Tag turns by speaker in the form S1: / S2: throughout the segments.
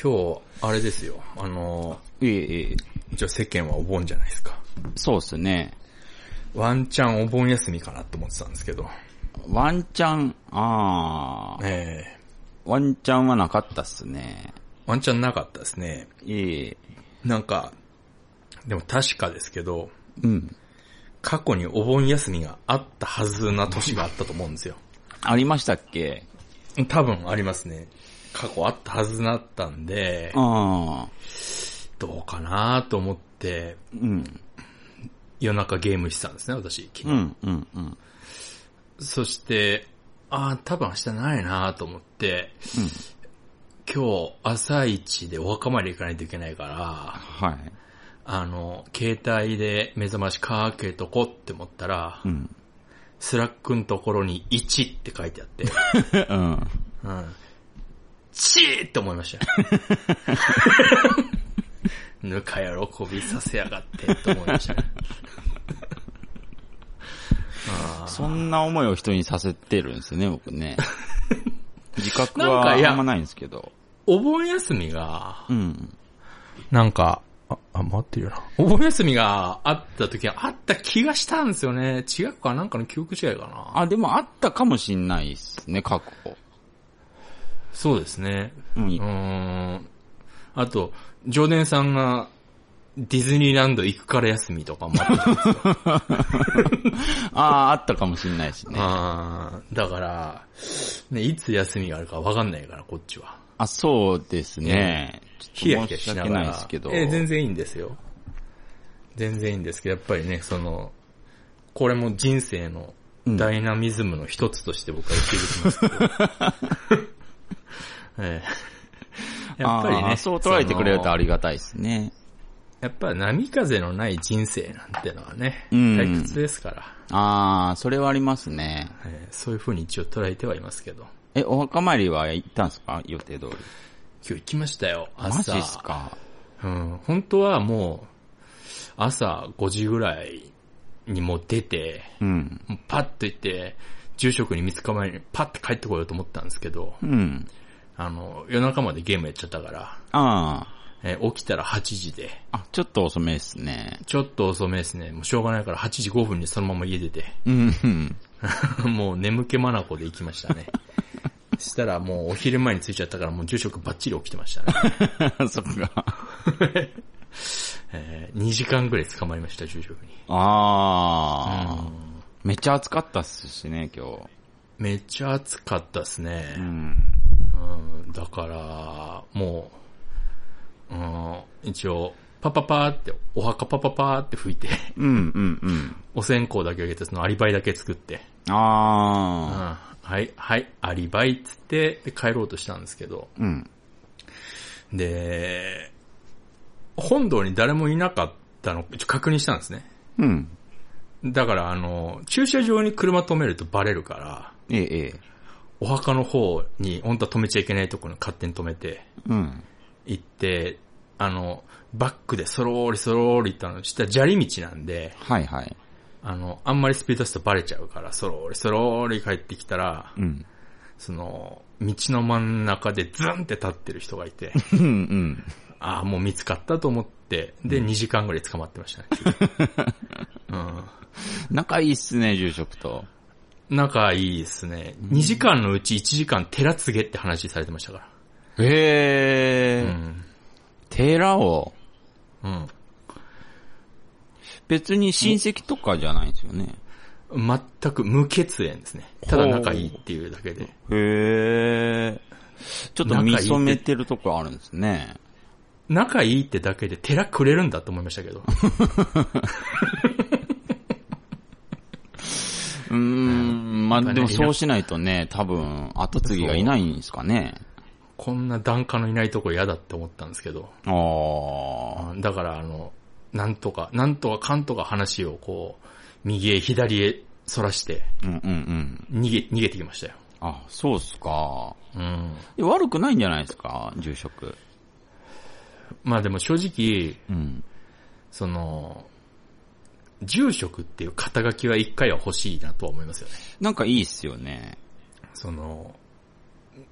S1: 今日、あれですよ。あの、
S2: いえいえ、
S1: 一応世間はお盆じゃないですか。
S2: そうですね。
S1: ワンチャンお盆休みかなと思ってたんですけど。
S2: ワンチャン、あー、
S1: ええ
S2: ワンチャンはなかったっすね。
S1: ワンチャンなかったですね。
S2: いえいえ、
S1: なんか、でも確かですけど、
S2: うん。
S1: 過去にお盆休みがあったはずな年があったと思うんですよ。
S2: ありましたっけ
S1: 多分ありますね。過去あったはずだったんで、
S2: あ
S1: どうかなと思って、
S2: ー、うん、
S1: 夜中ゲームしてたんですね、私。昨日
S2: うん、うん、うん。
S1: そして、ああ、多分明日ないなと思って、
S2: うん
S1: 今日朝一でお墓まで行かないといけないから、
S2: はい。
S1: あの、携帯で目覚ましかけとこって思ったら、
S2: うん。
S1: スラックのところに1って書いてあって、
S2: うん。
S1: うん。チーって思いましたよ。 ぬか喜びさせやがってと思いましたね。あー
S2: そんな思いを人にさせてるんですね、僕ね。自覚
S1: なん
S2: は
S1: かいや
S2: あんまないんですけど。
S1: お盆休みが、
S2: うん。
S1: なんか、あ、あ、待ってよな。お盆休みがあった時はあった気がしたんですよね。違うかなんかの記憶違いかな。
S2: あ、でもあったかもしんないっすね、過去。
S1: そうですね。
S2: う。
S1: うんーん。あと、ジョーデンさんがディズニーランド行くから休みとかもあった。
S2: ああー、あったかもしんないしね。
S1: あーだから、ね、いつ休みがあるかわかんないから、こっちは。
S2: あ、そうですね。
S1: ヒ
S2: ちょ
S1: ヤ
S2: っ
S1: ヒ
S2: と
S1: ヤ
S2: 申し
S1: しな
S2: 訳
S1: が
S2: ない
S1: ら。
S2: ですけど。
S1: えー全然いいんですよ。全然いいんですけど、やっぱりね、その、これも人生のダイナミズムの一つとして僕は受け入れてますけど。 ええやっぱり
S2: あー
S1: ね。
S2: そう捉えてくれるとあ
S1: り。
S2: りがたいですね。
S1: やっぱり波風のない人生なんてのはね、
S2: うん
S1: 退屈ですから、
S2: ああ、それはありますね。
S1: ええそういう風に一応捉えてはいますけど。
S2: え、お墓参りは行ったんですか予定通り。
S1: 今日行きましたよ、
S2: マ
S1: 朝。
S2: ジっすか
S1: うん、本当はもう、朝5時ぐらいにもう出て、
S2: うん。
S1: もうパッと行って、住職に見つかまえにパッて帰ってこようと思ったんですけど、
S2: うん。
S1: あの、夜中までゲームやっちゃったから、
S2: あ
S1: えー起きたら8時で、
S2: あ。あ、ちょっと遅めですね。
S1: ちょっと遅めですね。もうしょうがないから8時5分にそのまま家出て、
S2: うんうん。
S1: もう眠気まなこで行きましたね。したらもうお昼前に着いちゃったからもう住職バッチリ起きてましたね。
S2: そっか。
S1: え2時間ぐらい捕まりました、住職に。
S2: ああ、
S1: うん
S2: めっちゃ暑かったっすしね、今日。
S1: めっちゃ暑かったですね。
S2: うん。
S1: うん、だから、もう、うん、一応、パパパーって、お墓パパパーって吹いて、
S2: うんうんうん。
S1: お線香だけあげて、そのアリバイだけ作って、うん、
S2: ああ。
S1: はい、はい、アリバイっつって、で、帰ろうとしたんですけど、
S2: うん。
S1: で、本堂に誰もいなかったの、一応確認したんですね。
S2: うん。
S1: だから、あの、駐車場に車止めるとバレるから、
S2: ええ、ええ。
S1: お墓の方に、本当は止めちゃいけないところに勝手に止めて、
S2: うん。
S1: 行って、あの、バックでそろーりそろーり行ったの、したら砂利道なんで、
S2: はいはい。
S1: あの、あんまりスピード出すとバレちゃうから、そろーりそろーり帰ってきたら
S2: う、ん。
S1: その、道の真ん中でズンって立ってる人がいて、
S2: うんうん。
S1: ああ、もう見つかったと思って、で、2時間ぐらい捕まってましたね。うん。
S2: 仲いいっすね、住職と。
S1: 仲いいですね。2時間のうち1時間寺継げって話されてましたか
S2: へえ
S1: ら。う、ん。
S2: 寺を。
S1: うん。
S2: 別に親戚とかじゃないんですよね。
S1: 全く無血縁ですね。ただ仲いいっていうだけで。
S2: へえ。ちょっと見初めてるとこあるんですね。
S1: 仲いいってだけで寺くれるんだと思いましたけど。
S2: うーん、まあ
S1: やっぱね
S2: でもそうしないとね、多分、後継ぎがいないんですかね。
S1: こんな檀家のいないとこ嫌だって思ったんですけど。
S2: ああ。
S1: だからあの、なんとか、なんとかかんとか話をこう、右へ左へ反らして、
S2: うんうんうん。
S1: 逃げ、逃げてきましたよ。
S2: あ、そうっすか。
S1: うん。
S2: え悪くないんじゃないですか、住職。
S1: まあでも正直、
S2: うん。
S1: その、住職っていう肩書きは一回は欲しいなとは思いますよね。
S2: なんかいいっすよね。
S1: その、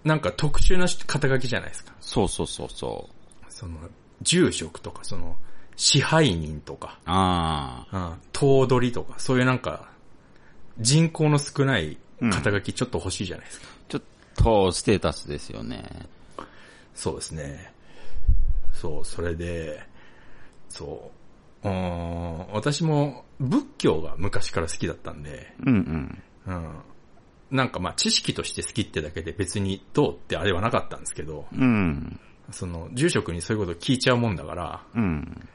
S1: なんか特殊な肩書きじゃないですか。
S2: そうそうそうそう。
S1: その、住職とか、その、支配人とか、
S2: あ
S1: うん、頭取とか、そういうなんか、人口の少ない肩書きちょっと欲しいじゃないですか。
S2: あ。ちょっと、ステータスですよね。
S1: そうですね。そう、それで、そう。うーん、私も仏教が昔から好きだったんで、
S2: うんうん。
S1: うん。なんかまあ知識として好きってだけで別にどうってあれはなかったんですけど、
S2: うん。
S1: その住職にそういうこと聞いちゃうもんだから、
S2: うん。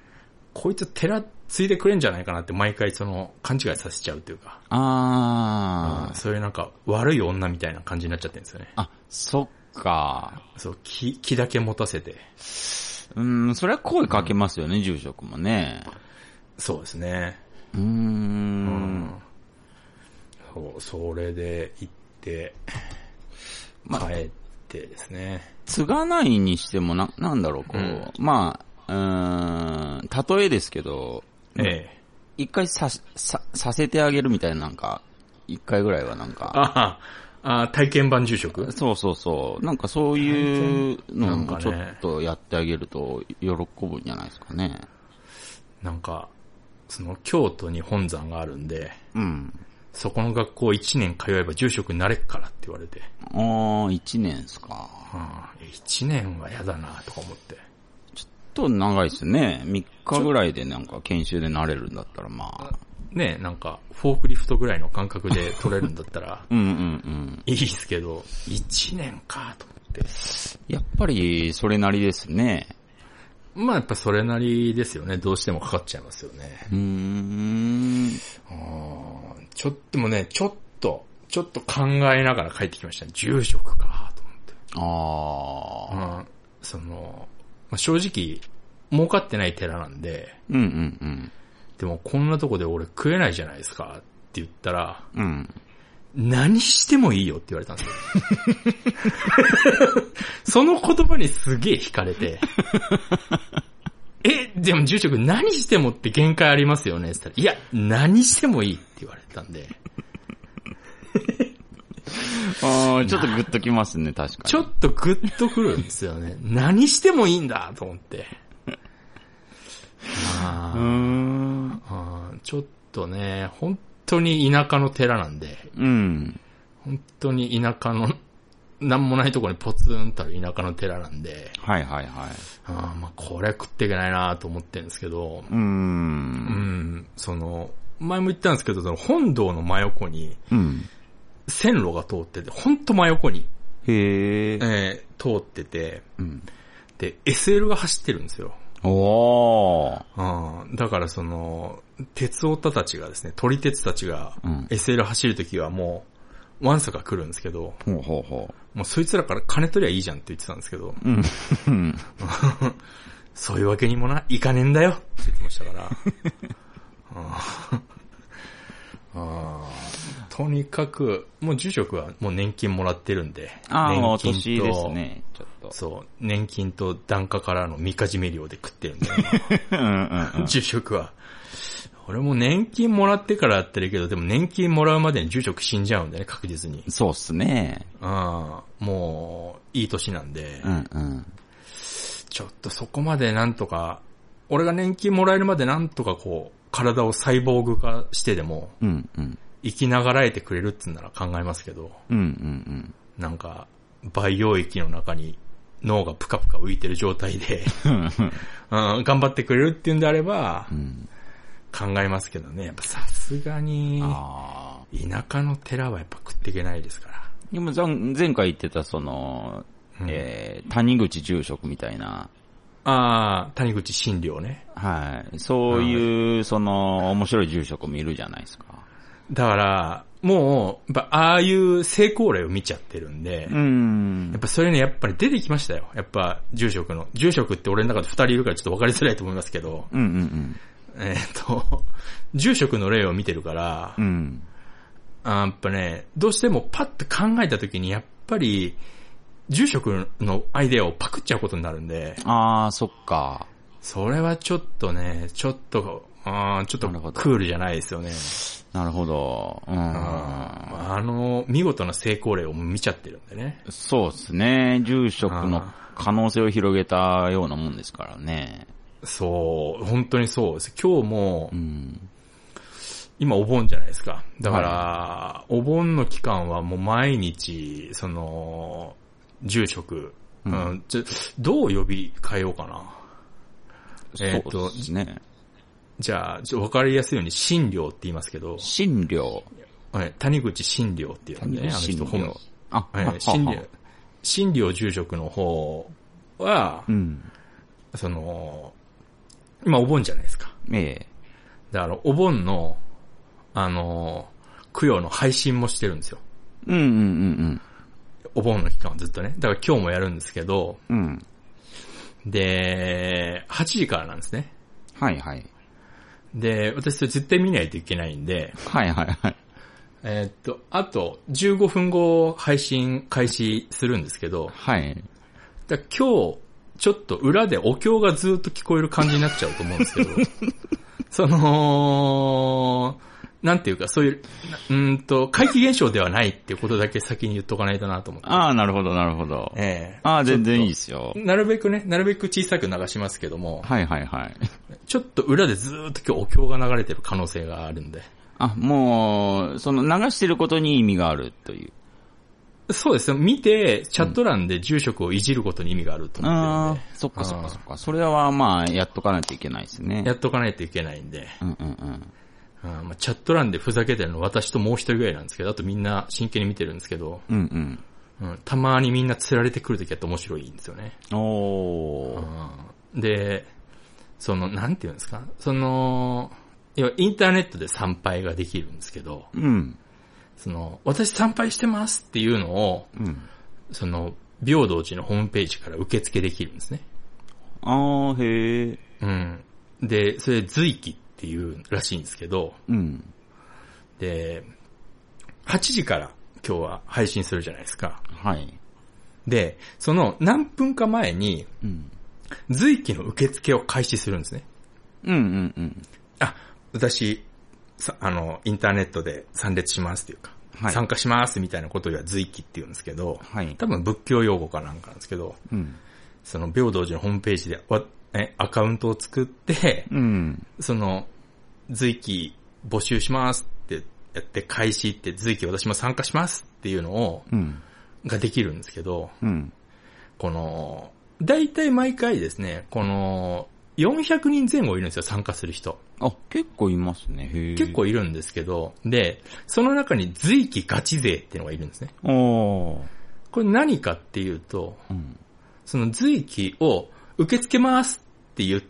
S1: こいつ寺継いでくれんじゃないかなって毎回その勘違いさせちゃうというか、
S2: あ
S1: うん
S2: ー。
S1: そういうなんか悪い女みたいな感じになっちゃってるんですよね。
S2: あ、そっか。
S1: そう、気、気だけ持たせて。
S2: うん、それは声かけますよね、住職もね。
S1: そうですね。
S2: うーん。
S1: そう、それで行って、
S2: まあ
S1: 帰ってですね。
S2: 継がないにしてもな、なんだろう、こう、
S1: うん
S2: まあ、うーん、例えですけど、
S1: ええ。
S2: 一回さ、さ、させてあげるみたいななんか、一回ぐらいはなんか、
S1: ああ、あ体験版住職
S2: そうそうそう、なんかそういうの
S1: なんか
S2: を
S1: ね
S2: ちょっとやってあげると喜ぶんじゃないですかね。
S1: なんか、その京都に本山があるんで、
S2: うん。
S1: そこの学校1年通えば住職になれっからって言われて、
S2: ああ、一年ですか。
S1: うん、1年は嫌だなとか思って。
S2: ちょっと長いですね。3日ぐらいでなんか研修で慣れるんだったらまあ。、
S1: ねえ、なんか、フォークリフトぐらいの感覚で取れるんだった ら
S2: うんうんうん。
S1: いいですけど、1年かと思って。
S2: やっぱり、それなりですね。
S1: まあやっぱそれなりですよね。どうしてもかかっちゃいますよね。
S2: うーん。
S1: うんちょっとでもね、ちょっと、ちょっと考えながら帰ってきましたね。住職か、と
S2: ああ。
S1: 思って。うん、その、まあ、正直、儲かってない寺なんで、
S2: うんうん
S1: でもこんなとこで俺食えないじゃないですか、って言ったら、
S2: うん。うん。
S1: 何してもいいよって言われたんですよ。 その言葉にすげえ惹かれて。え、でも住職何してもって限界ありますよねって言ったら、いや、何してもいいって言われたんで、
S2: ああ、ちょっとグッときますね、確かに。
S1: ちょっとグッとくるんですよね。何してもいいんだと思って。あ
S2: うー
S1: ー
S2: ん。
S1: あーちょっとね、本当に田舎の寺なんで、
S2: うん。
S1: 本当に田舎の、なんもないところにポツンとある田舎の寺なんで、
S2: はいはいはい。
S1: あーまあ、これは食っていけないなと思ってるんですけど、
S2: うー。
S1: うんん、その、前も言ったんですけど、その本堂の真横に
S2: うん。
S1: 線路が通ってて、ほんと真横に、
S2: へえ。
S1: えー通ってて、
S2: うん。
S1: で、SL が走ってるんですよ。
S2: おー。
S1: あーだからその、鉄オタたちがですね、撮り鉄たちが
S2: うん
S1: SL 走るときはもう、ワンサが来るんですけど、
S2: ほうほう ほ
S1: もうそいつらから金取りゃいいじゃんって言ってたんですけど、
S2: う。うん。
S1: そういうわけにもないかねえんだよって言ってました から。うんうんとにかく、もう住職はもう年金もらってるんで。
S2: ああ、お
S1: 年金と
S2: 年です。ね、ちょっ と。
S1: そう、年金と檀家からのみかじめ料で食ってるんで、
S2: うん うんうん。
S1: 住職は。俺も年金もらってからやってるけど、でも年金もらうまでに住職死んじゃうんだよね、確実に。
S2: そうっすね。
S1: ああ、もう、いい年なんで。
S2: うんうん。
S1: ちょっとそこまでなんとか、俺が年金もらえるまでなんとかこう、体をサイボーグ化してでも、
S2: うんうん。
S1: 生きながらえてくれるってんなら考えますけど、
S2: うんうん
S1: なんか、培養液の中に脳がプカプカ浮いてる状態 で、うん、頑張ってくれるっていうんであれば
S2: う、ん。
S1: 考えますけどね、やっぱさすがに、
S2: ああ。
S1: 田舎の寺はやっぱ食っていけないですから。
S2: でも、ざん前回言ってた、その、
S1: うん
S2: えー、谷口住職みたいな、
S1: ああ、谷口新良ね。
S2: はい。そういう、その、面白い住職もいるじゃないですか。
S1: だから、もう、やっぱああいう成功例を見ちゃってるんで、
S2: ん
S1: やっ。ぱそういうのやっぱり出てきましたよ。やっぱ住職の。住職って俺の中で二人いるからちょっと分かりづらいと思いますけど、
S2: うんうん
S1: えーっと、住職の例を見てるから、
S2: うん。うん。
S1: あーやっぱね、どうしてもパッと考えた時にやっぱり、住職のアイデアをパクっちゃうことになるんで、
S2: ああ、そっか。
S1: それはちょっとね、ちょっと、あーちょっと
S2: なるほど
S1: クールじゃないですよね。
S2: なるほど。うん。
S1: ああの、見事な成功例を見ちゃってるんでね。
S2: そうですね。住職の可能性を広げたようなもんですからね。
S1: そう、本当にそうです。今日も
S2: う、ん。
S1: 今お盆じゃないですか。だから、お盆の期間はもう毎日、その、住職、う
S2: うんん
S1: ちょどう呼び変えようかな。えーと
S2: そうですね。
S1: じゃあ、ちょわかりやすいように、新寮って言いますけど、
S2: 診療。
S1: はい谷口新寮っていうのね、あの人本名。
S2: あ、
S1: はい
S2: はは
S1: 新寮、新寮住職の方は
S2: う、ん。
S1: その、今お盆じゃないですか。
S2: ええ。
S1: だから、お盆の、あの、供養の配信もしてるんですよ。
S2: うんうんうん
S1: お盆の期間はずっとね。だから今日もやるんですけど、
S2: うん。うん。
S1: で、8時からなんですね。
S2: はいはい。
S1: で、私それ絶対見ないといけないんで、
S2: はいはいはい。
S1: えーっと、あと15分後配信開始するんですけど、
S2: はい。
S1: だから今日、ちょっと裏でお経がずっと聞こえる感じになっちゃうと思うんですけど、その、なんていうか、そういう、なうーんと、怪奇現象ではないっていうことだけ先に言っとかないとなと思って。
S2: ああ、なるほどなるほど。
S1: ええ
S2: ああ、全然いい
S1: ちょっ
S2: ですよ
S1: と。なるべくね、なるべく小さく流しますけども、
S2: はいはいはい。
S1: ちょっと裏でずーっと今日お経が流れてる可能性があるんで。
S2: あ、もう、その流してることに意味があるという。
S1: そうですね。見て、チャット欄で住職をいじることに意味があると思ってるん
S2: あ
S1: で、
S2: あ、そっかそっかそっか。それはまあ、やっとかないといけないですね。
S1: やっとかないといけないんで、
S2: うんうんうん。
S1: うんまあ、チャット欄でふざけてるの私ともう一人ぐらいなんですけど、あとみんな真剣に見てるんですけど、
S2: うん
S1: うん、たまにみんな釣られてくるときだと面白いんですよね。
S2: うん。おー。
S1: うんで、その、なんていうんですかその、要はインターネットで参拝ができるんですけど、
S2: うん。
S1: その、私参拝してますっていうのを、
S2: うん。
S1: その、平等寺のホームページから受付できるんですね。
S2: あー、へー。
S1: うん。で、それ、随記っていうらしいんですけど、
S2: うん。
S1: で、8時から今日は配信するじゃないですか。
S2: はい。
S1: で、その何分か前に、
S2: うん。
S1: 随記の受付を開始するんですね。
S2: うんうんうん。
S1: あ、私、さあの、インターネットで参列しますっていうか、
S2: はい
S1: 参加しますみたいなことを言う随記って言うんですけど、
S2: はい。
S1: 多分仏教用語かなんかなんですけど、
S2: うん。
S1: その平等寺のホームページで、わえアカウントを作って、
S2: うん。
S1: その、随記募集しますってやって開始って随記私も参加しますっていうのを、
S2: うん。
S1: ができるんですけど、
S2: うん。
S1: この、だいたい毎回ですね、この、400人前後いるんですよ、参加する人。
S2: あ、結構いますね。へー
S1: 結。構いるんですけど、で、その中に随記ガチ勢っていうのがいるんですね。
S2: おー。
S1: これ何かっていうと、
S2: うん。
S1: その随記を受け付けますって言っ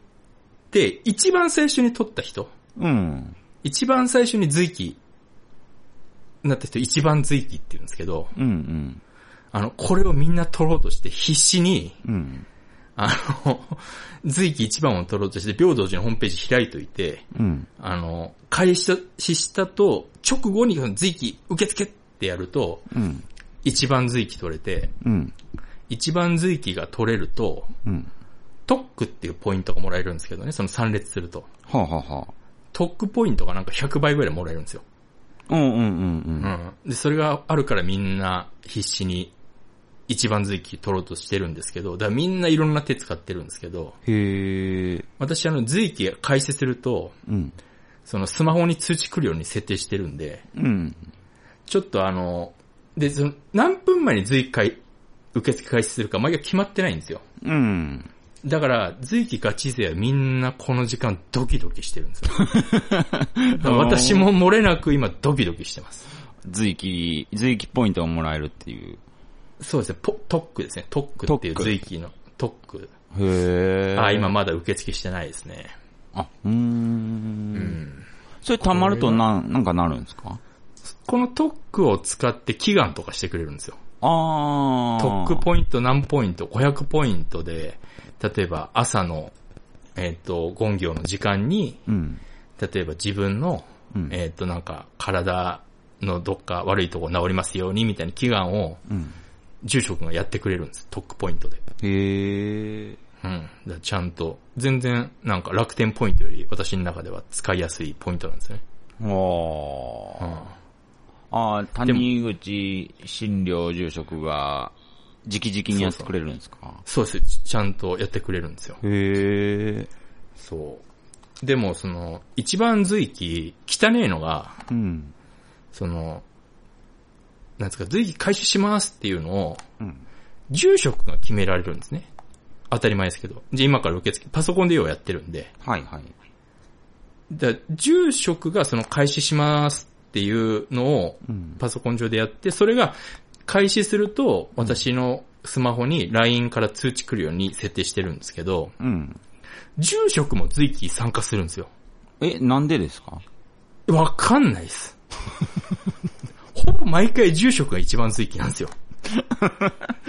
S1: て、一番最初に取った人、
S2: うん。
S1: 一番最初に随記なった人、一番随記って言うんですけど、
S2: うんうん。
S1: あの、これをみんな取ろうとして必死に、
S2: うん。
S1: あの、 随記一番を取ろうとして、平等寺のホームページ開いといて、
S2: うん。
S1: あの、開始したと、直後にその随記受け付けってやると、
S2: うん。
S1: 一番随記取れて、
S2: うん。
S1: 一番随記が取れると、
S2: うん。
S1: トックっていうポイントがもらえるんですけどね、その参列すると。
S2: はあ、はあは
S1: トックポイントがなんか100倍ぐらいもらえるんですよ。
S2: あ、うんうんうんうん。
S1: で、それがあるからみんな必死に一番随記取ろうとしてるんですけど、だからみんないろんな手使ってるんですけど、
S2: へー。
S1: 私あの随記開始すると、
S2: うん。
S1: そのスマホに通知来るように設定してるんで、
S2: うん。
S1: ちょっとあの、で、その何分前に随記開受付開始するか毎回決まってないんですよ。
S2: うん。
S1: だから、随記ガチ勢はみんなこの時間ドキドキしてるんです よ。だから私も漏れなく今ドキドキしてます。
S2: 随記、随記ポイントをもらえるっていう。
S1: そうですね、ポトックですね。トックっていう
S2: トック
S1: 随記のトック。
S2: へー。
S1: あ、今。まだ受付してないですね。
S2: あ、うー。
S1: うんん。
S2: それ溜まるとなん、なんかなるんですか
S1: このトックを使って祈願とかしてくれるんですよ。
S2: あー。
S1: トックポイント何ポイント ?500 ポイントで、例えば朝の、えっ、と、ゴ行の時間に、
S2: うん。
S1: 例えば自分の、
S2: うん。
S1: えっ、と、なんか体のどっか悪いとこ治りますようにみたいな祈願を
S2: うん。
S1: 住職がやってくれるんです。トックポイントで。
S2: へー。
S1: うん。だからちゃんと、全然なんか楽天ポイントより私の中では使いやすいポイントなんですね。
S2: あー。ああ、谷口診療住職が、直々にやってくれるんですか
S1: そうです。ちちゃんとやってくれるんですよ。
S2: へえ。
S1: そう。でも、その、一番随記、汚えのが、
S2: うん。
S1: その、なんですか、随記回収しますっていうのを、
S2: うん。
S1: 住職が決められるんですね。当たり前ですけど。じゃあ今から受付、パソコンでようやってるんで。
S2: はいはい。
S1: だから住職がその開始しますっていうのを
S2: うん。
S1: パソコン上でやって、それが開始すると私のスマホに LINE から通知来るように設定してるんですけど、
S2: うん。
S1: 住職も随記参加するんですよ。
S2: え、なんでですか
S1: わかんないです。 ほぼ毎回住職が一番随記なん ですよ。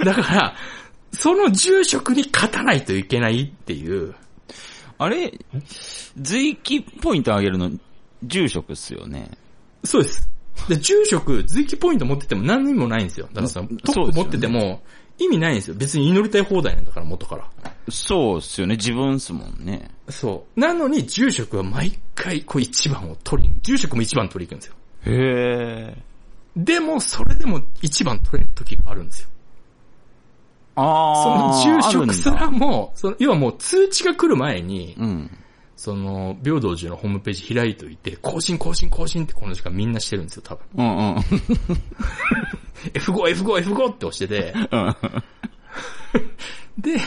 S1: だから、その住職に勝たないといけないっていう。
S2: あれ、随記ポイントあげるの、住職っすよね。
S1: そうです。で、住職、随記ポイント持ってても何にもないんですよ。だからその、
S2: うん
S1: ト
S2: そう
S1: ッ
S2: で
S1: プ
S2: す
S1: 持
S2: よね
S1: ってても意味ないんですよ。別に祈りたい放題なんだから、元から。
S2: そうっすよね、自分っすもんね。
S1: そう。なのに、住職は毎回、こう一番を取りに、住職も一番取りに行くんですよ。
S2: へえ。
S1: でも、それでも一番取れる時があるんですよ。そ
S2: あ
S1: の
S2: あ。
S1: 住職す
S2: あ
S1: ら
S2: るんだ
S1: も、その、要はもう通知が来る前に、
S2: うん。
S1: その、平等寺のホームページ開いといて、更新更新更新ってこの時間みんなしてるんですよ、多分。
S2: うんうん。
S1: F5、F5、F5 って押してて、で、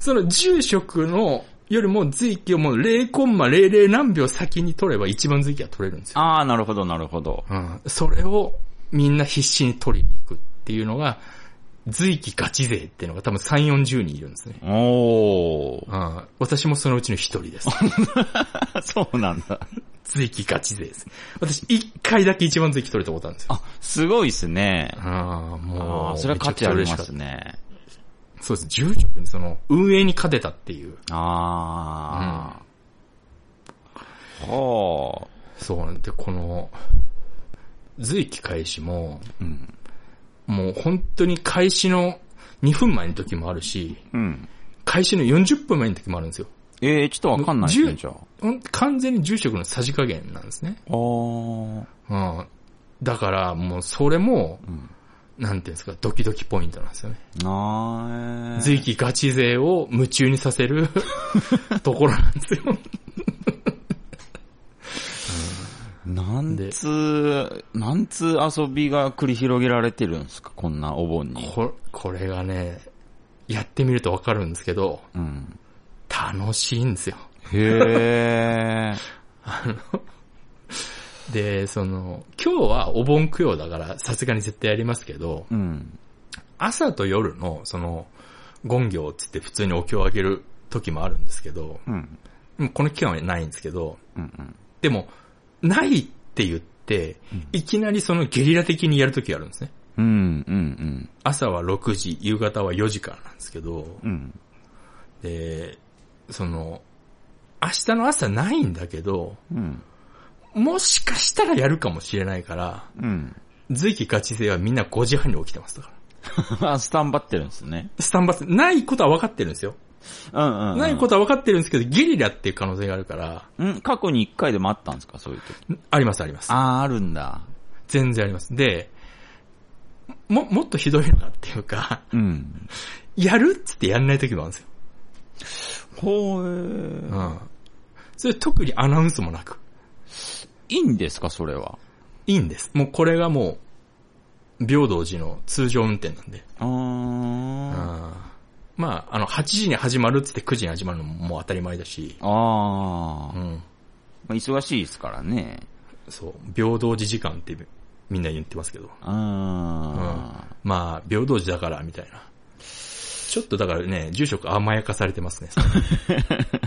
S1: その住職のよりも随記をもう0コンマ00何秒先に取れば一番随記は取れるんですよ。
S2: ああ、なるほど、なるほど。
S1: うん。それをみんな必死に取りに行くっていうのが、随記ガチ勢っていうのが多分3、40人いるんですね。
S2: おー。
S1: うん。私もそのうちの一人です。
S2: そうなんだ。
S1: 随記ガチ勢です。私一回だけ一番随記取れたことあるんですよ。
S2: あ、すごいっすね。
S1: ああ、も
S2: あ
S1: う。
S2: あ、それは価値ありま
S1: めちゃくちゃ嬉し
S2: す
S1: かっ
S2: ね。
S1: た。そうです。住職にその、運営に勝てたっていう。
S2: ああ。は
S1: そうなんで、この、随記開始も、
S2: あ。うん。
S1: もう本当に開始の2分前の時もあるし、
S2: うん。
S1: 開始の40分前の時もあるんですよ。
S2: ええちょっとわかんないですね、
S1: じ
S2: じゃあ。
S1: ほん完全に住職のさじ加減なんですね。
S2: あー
S1: うん。だからもうそれも、
S2: ん
S1: なんていうんですか、ドキドキポイントなんですよね。
S2: なー
S1: 随記ガチ勢を夢中にさせ るところなんですよ。
S2: なんつー、なんつー遊びが繰り広げられてるんですか、こんなお盆に。
S1: ここれがね、やってみるとわかるんですけど、
S2: うん。
S1: 楽しいんですよ。
S2: へえ。
S1: で、その、今日はお盆供養だから、さすがに絶対やりますけど、
S2: うん。
S1: 朝と夜の、その、ゴン行つって普通にお経をあげる時もあるんですけど、
S2: うん。
S1: もうこの期間はないんですけど、
S2: うん。うん。
S1: でも、ないって言って、いきなりそのゲリラ的にやる時があるんですね。
S2: うん。うん。
S1: 朝は6時、夕方は4時からなんですけど、
S2: うん。
S1: で、その、明日の朝ないんだけど、
S2: うん。
S1: もしかしたらやるかもしれないから、
S2: うん。
S1: 随記ガチ勢はみんな5時半に起きてますだから。
S2: あ、スタンバってるんですね。
S1: スタンバス、ないことは分かってるんですよ。
S2: うんうん、うん。
S1: ないことは分かってるんですけど、ゲリラっていう可能性があるから、
S2: ん過去に一回でもあったんですかそういう時。
S1: ありますあります。
S2: ああ、あるんだ。
S1: 全然あります。で、も、もっとひどいのがっていうか、
S2: うん。
S1: やるっつってやんない時もあるんですよ。
S2: ほ
S1: う
S2: えー。
S1: ん。それ特にアナウンスもなく。
S2: いいんですかそれは。
S1: いいんです。もうこれがもう、平等寺の通常運転なんで。
S2: あ
S1: うん。
S2: ー。
S1: まあ、あの、8時に始まるっつって9時に始まるのももう当たり前だし、
S2: あ
S1: う
S2: ー。
S1: ん。
S2: まあ、忙しいですからね。
S1: そう、平等寺時間ってみんな言ってますけど。
S2: あ
S1: まあ、平等時だから、みたいな。ちょっとだからね、住職甘やかされてますね。
S2: ー。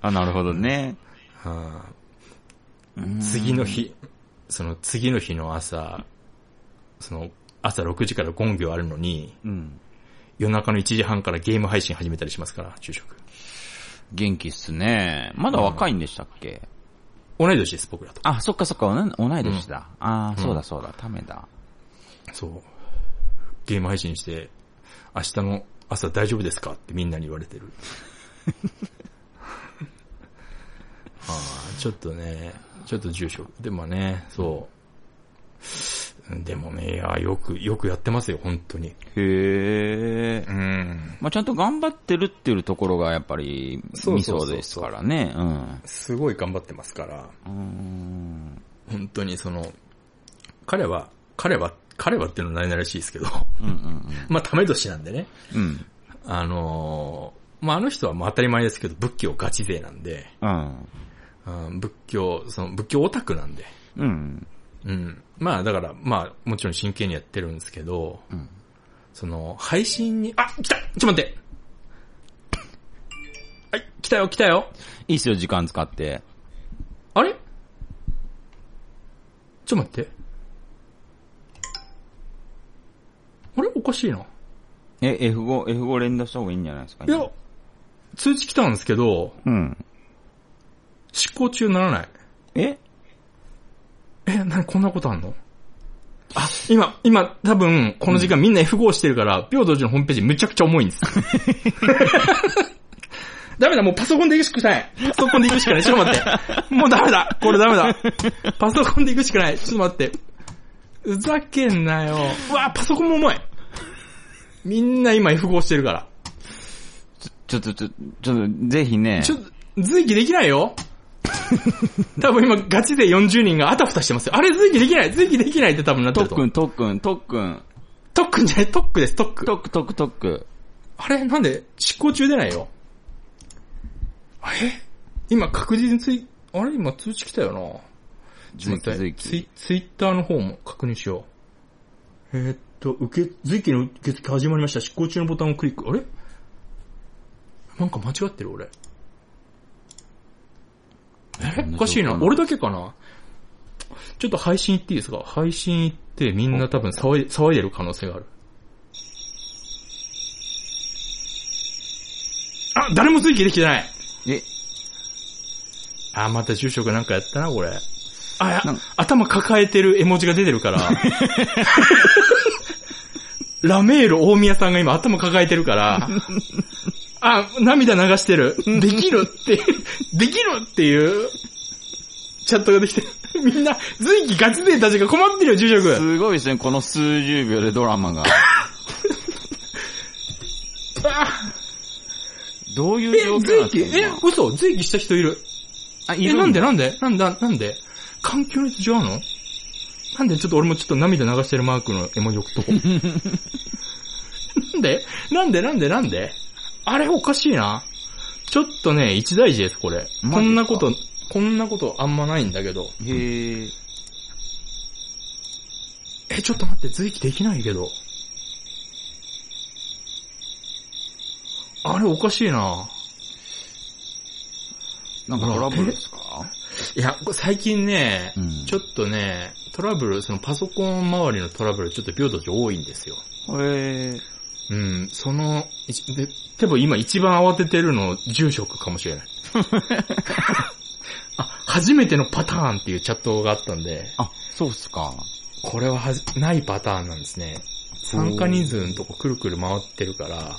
S2: あ、なるほどね。
S1: うん
S2: うん
S1: 次の日、その次の日の朝、その朝6時からゴン行あるのに、
S2: うん。
S1: 夜中の1時半からゲーム配信始めたりしますから、住職。
S2: 元気っすね。まだ若いんでしたっけ、
S1: 同い年です、僕らと。
S2: あ、そっかそっか、おな同い年だ。ああ、
S1: ん
S2: そうだそうだ、ためだ。
S1: そう。ゲーム配信して、明日の朝大丈夫ですかってみんなに言われてる。 ああ、ちょっとね、ちょっと住職。でもね、そう。でもね、いや、よく、よくやってますよ、本当に。
S2: へえ
S1: う。ん。
S2: まあ、ちゃんと頑張ってるっていうところがやっぱり
S1: そう
S2: ミ
S1: そうそう
S2: ソ
S1: そう
S2: ですからね。うん
S1: すごい頑張ってますから、
S2: うん。
S1: 本当にその、彼は、彼は、彼はっていうのはないならしいですけど、
S2: うんうん
S1: まあ、ため年なんでね。
S2: うん。うん。
S1: あのーまあ、あの人はまあ当たり前ですけど、仏教ガチ勢なんで、
S2: うん。
S1: うん、仏教、その仏教オタクなんで、
S2: うん。
S1: うん。まあ、だから、まあ、もちろん真剣にやってるんですけど、
S2: うん
S1: その、配信に、あ、来たちょっと待ってはい、来たよ、来たよ
S2: いいっすよ、時間使って。
S1: あれちょっと待って。あれおかしいな。
S2: え、F5、F5 連打した方がいいんじゃないですか
S1: いや、通知来たんですけど、
S2: うん。
S1: 執行中にならない。
S2: え
S1: え、なにこんなことあんのあ、今、今、多分、この時間みんな F5 してるから、平等寺のホームページめちゃくちゃ重いん です。ダメだ、もうパソコンで行くしかない。パソコンで行くしかない。ちょっと待って。もうダメだ。これダメだ。パソコンで行くしかない。ちょっと待って。ふざけんなよ。うわ、パソコンも重い。みんな今 F5 してるから。
S2: ちょっと、ちょ、ちょっと、ぜひね。
S1: ちょっと、随記できない よ。多分今ガチで40人があたふたしてますよ。あれ随記できない随記できないって多分なって
S2: と
S1: る
S2: っ
S1: と
S2: く、
S1: 思うん
S2: とっくん、とっくん。
S1: トックンじゃない、トックです、トック。
S2: とっく、とっく、とっく。
S1: あれなんで執行中出ないよ。え今確実につい、あれ今通知来たよな。
S2: ずいきずい
S1: ツイ
S2: き。
S1: ツイッターの方も確認しよう。えーっと、受け、随記の受付始まりました。執行中のボタンをクリック。あれなんか間違ってる俺。えおかしいな。俺だけかなちょっと配信行っていいですか配信行ってみんな多分騒い騒いでる可能性がある。あ、誰も追記できてない
S2: え、
S1: あ、また住職なんかやったな、これ。あ、や
S2: なんか
S1: 頭抱えてる絵文字が出てるから。 ラメール大宮さんが今頭抱えてるから。あ、涙流してる。できるって、できるっていう、チャットができてる。みんな、随記ガチ勢たちが困ってるよ、住職。
S2: すごいですね、この数十秒でドラマが。
S1: あ
S2: どう
S1: え
S2: いう状、況な
S1: 随
S2: んで
S1: 記、え
S2: すか、
S1: 嘘、随記した人いる。
S2: あ、い
S1: え、
S2: る
S1: なんで
S2: な
S1: なんでなんだ、なんで環境に違うのなんでちょっと俺もちょっと涙流してるマークの絵文字置くとこなんでなんでなんでなんであれおかしいな。ちょっとね、一大事です、これ。
S2: マジか
S1: こんなこと、こんなことあんまないんだけど。
S2: へえ。
S1: え、ちょっと待って、随記できないけど。あれおかしいな。
S2: なんかトラブルですか
S1: いや、これ最近ね、
S2: うん
S1: ちょっとね、トラブル、そのパソコン周りのトラブル、ちょっと平等寺多いんですよ。
S2: へえ。
S1: うん、その、いちで、多分今一番慌ててるの、住職かもしれない。あ、初めてのパターンっていうチャットがあったんで、
S2: あ、そうっすか。
S1: これははじ、ないパターンなんですね。参加人数のとこくるくる回ってるから、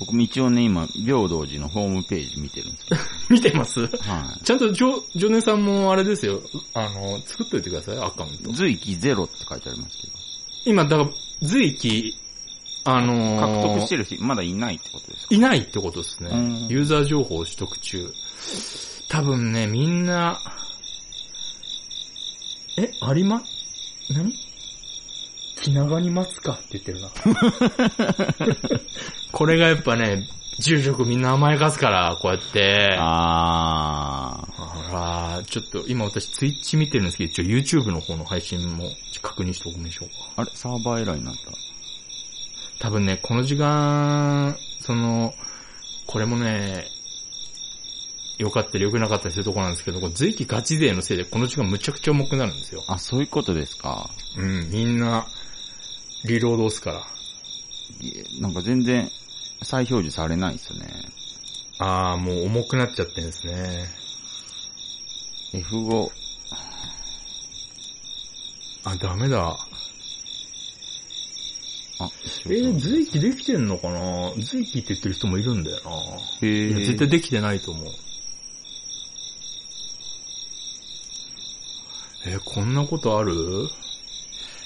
S2: 僕も一応ね、今、平等寺のホームページ見てるんですけど。
S1: 見てます
S2: は
S1: ちゃんとジョ、ジョネさんもあれですよ、あの、作っといてください、アカウント
S2: い。。随記ゼロって書いてありますけど。
S1: 今、だから、随記、あのー
S2: 獲得してる人、まだいないってことですか
S1: いないってことですね
S2: うん。
S1: ユーザー情報を取得中。多分ね、みんな、え、ありま、何気長に待つかって言ってるな。これがやっぱね、住職みんな甘やかすから、こうやって。
S2: あ
S1: あら、ちょっと今私ツイッチ見てるんですけど、一応 YouTube の方の配信も確認しておきましょうか。
S2: ー。あれ、サーバーエラーになっ
S1: 多分ね、この時間、その、これもね、良かったり良くなかったりするとこなんですけど、これ随記ガチ勢のせいでこの時間むちゃくちゃ重くなるんですよ。
S2: た。あ、そういうことですか。
S1: うん、みんな、リロード押すから。
S2: いえなんか全然、再表示されないですね。
S1: あー、もう重くなっちゃってんですね。
S2: F5。
S1: あ、ダメだ。
S2: あ、
S1: えー、随記できてんのかな随記って言ってる人もいるんだよな。
S2: え
S1: いや、絶対できてないと思う。えーこんなことある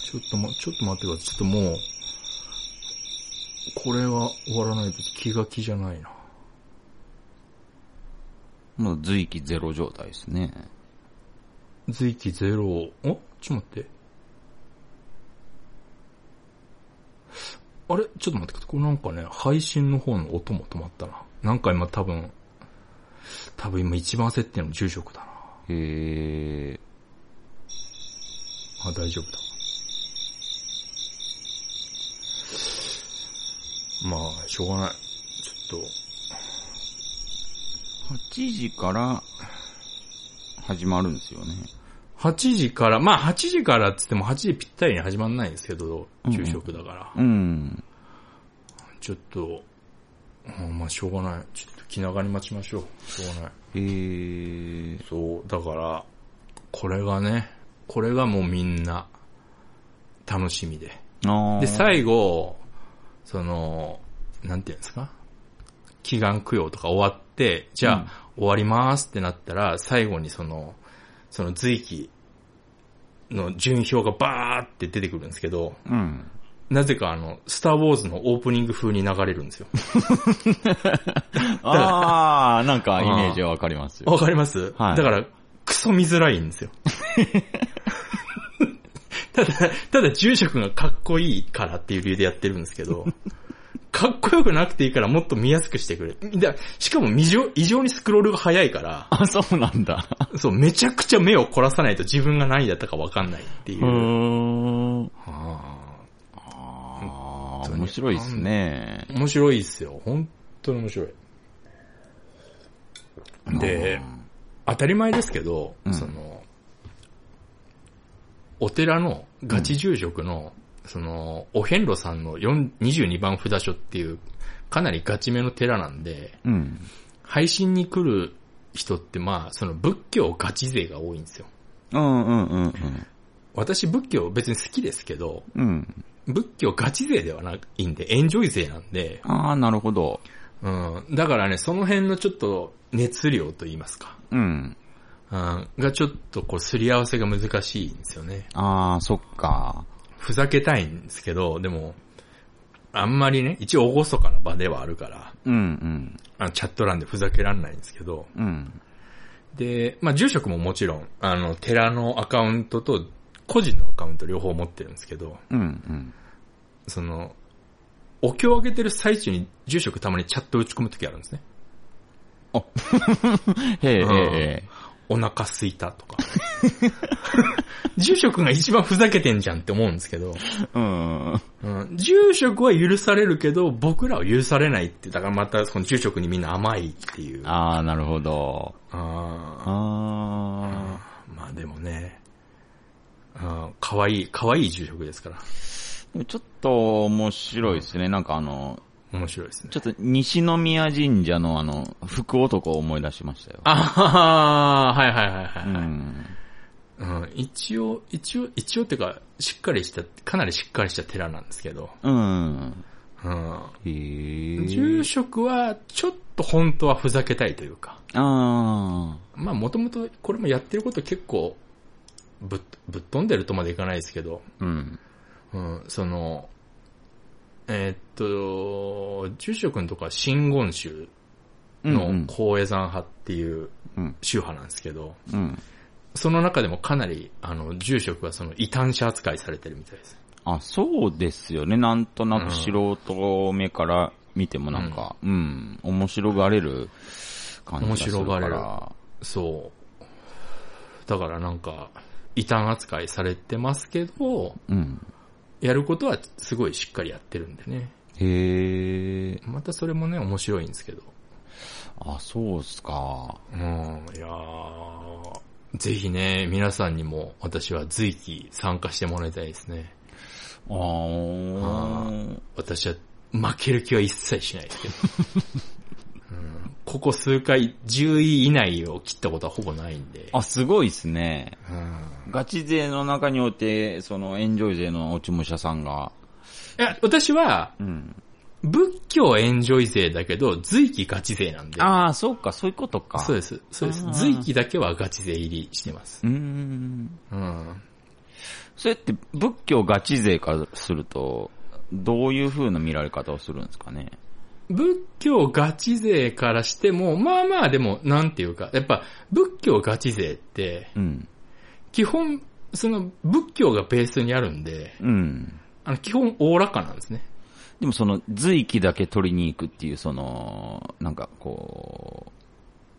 S1: ちょっとま、ちょっと待ってください。ちょっともう、これは終わらないと気が気じゃないな。
S2: もう随気ゼロ状態ですね。
S1: 随記ゼロを、おちょっと待って。あれちょっと待ってください。これなんかね、配信の方の音も止まったな。なんか今多分、多分今一番焦ってるの住職だな。
S2: へえ。
S1: あ、大丈夫だ。まあ、しょうがない。ちょっと、
S2: 8時から始まるんですよね。
S1: 8時から、まあ8時からって言っても8時ぴったりに始まんないんですけど、
S2: うんうん
S1: 昼食だから。
S2: うん。
S1: ちょっと、うんまあしょうがない。ちょっと気長に待ちましょう。しょうがない。
S2: へえ。
S1: そう、だから、これがね、これがもうみんな、楽しみで。
S2: ああ。
S1: で、最後、その、なんていうんですか祈願供養とか終わって、じゃあ、
S2: うん
S1: 終わりますってなったら、最後にその、その随記の順位表がバーって出てくるんですけど、
S2: うん。
S1: なぜかあの、スターウォーズのオープニング風に流れるんですよ。
S2: ああ、なんかイメージはわかりますよ。
S1: わかります、
S2: はい
S1: だから、クソ見づらいんで すよ。ただ、ただ住職がかっこいいからっていう理由でやってるんですけ ど、かっこよくなくていいからもっと見やすくしてくれ。でしかも異常異常にスクロールが早いから、
S2: あ、そうなんだ。
S1: そう、めちゃくちゃ目を凝らさないと自分が何だったかわかんないっていうう。
S2: ーん。
S1: は
S2: ああ、面白いですね
S1: あ。面白いっすよ。本当に面白い。で、当たり前ですけど、
S2: うん
S1: その、お寺のガチ住職の、その、お遍路さんの4 22番札所っていう、かなりガチめの寺なんで、
S2: うん。
S1: 配信に来る人ってまあ、その仏教ガチ勢が多いんですよ。
S2: うんうんうん
S1: 私仏教別に好きですけど、
S2: うん。うん。
S1: 仏教ガチ勢ではないんで、エンジョイ勢なんで、
S2: ああ、なるほど。
S1: うん。だからね、その辺のちょっと熱量と言いますか、
S2: うん。
S1: うん、がちょっとこう、すり合わせが難しいんですよね。
S2: ああ、そっか。
S1: ふざけたいんですけど、でも、あんまりね、一応おごそかな場ではあるから、
S2: うん
S1: あのチャット欄でふざけらんないんですけど、
S2: うん。うん。
S1: で、まあ住職ももちろん、あの、寺のアカウントと個人のアカウント両方持ってるんですけど、
S2: うんうん。
S1: その、お経をあげてる最中に住職たまにチャット打ち込むときあるんですね。
S2: へえ、へ
S1: うん
S2: え、
S1: お腹すいたとか。住職が一番ふざけてんじゃんって思うんですけど、
S2: うん。
S1: うん、住職は許されるけど、僕らは許されないって、だからまたその住職にみんな甘いっていう。あ
S2: ああ、なるほど。
S1: あ
S2: ああ。
S1: ーまあでもね、あーかわいい、かわいい住職ですから、
S2: でもちょっと面白いですね。なんかあの、
S1: 面白いですね。
S2: ちょっと西宮神社のあの、福男を思い出しましたよ。
S1: ああ、はいはいはいは
S2: う
S1: いはい、
S2: ん。
S1: うん一応、一応、一応っていうか、しっかりした、かなりしっかりした寺なんですけど、
S2: うん。
S1: うん、
S2: へえ。
S1: 住職はちょっと本当はふざけたいというか、
S2: あ
S1: まあもともとこれもやってること結構ぶっぶっ飛んでるとまでいかないですけど、
S2: あ。うん。
S1: うん、その、えーっと、住職のとか真言宗
S2: う
S1: の
S2: ん
S1: 高野山派っていう
S2: うん。
S1: 宗派なんですけど、
S2: うん。
S1: その中でもかなり、あの、住職はその異端者扱いされてるみたいです。
S2: あ、そうですよね。なんとなく素人目から見てもなんか、うん、面白がれる感じがするか
S1: 面
S2: ら。
S1: 白がそう。だからなんか、異端扱いされてますけど、
S2: うん。
S1: やることはすごいしっかりやってるんでね。
S2: へえ。
S1: またそれもね、面白いんですけど。
S2: あ、そうっすか。
S1: うん、いやーぜひね、皆さんにも私は随記参加してもらいたいですね。
S2: あー
S1: あ私は負ける気は一切しないです けど。うんここ数回10位以内を切ったことはほぼないんで。
S2: あ、すごいっすね。
S1: うん
S2: ガチ勢の中において、その、エンジョイ勢の落ち武者さんが、
S1: いや、私は、
S2: うん。
S1: 仏教エンジョイ勢だけど、随記ガチ勢なんで。
S2: ああ、そうか、そういうことか。。
S1: そうですす。そうで
S2: あー
S1: す。随記だけはガチ勢入りしてます。
S2: うーん。
S1: うん。
S2: それって仏教ガチ勢からすると、どういう風な見られ方をするんですかね。
S1: 仏教ガチ勢からしても、まあまあでも、なんていうか、やっぱ仏教ガチ勢って、
S2: うん。
S1: 基本、その仏教がベースにあるんで、
S2: うん。
S1: あの基本おおらかなんですね。
S2: でもその、随記だけ取りに行くっていう、その、なんかこ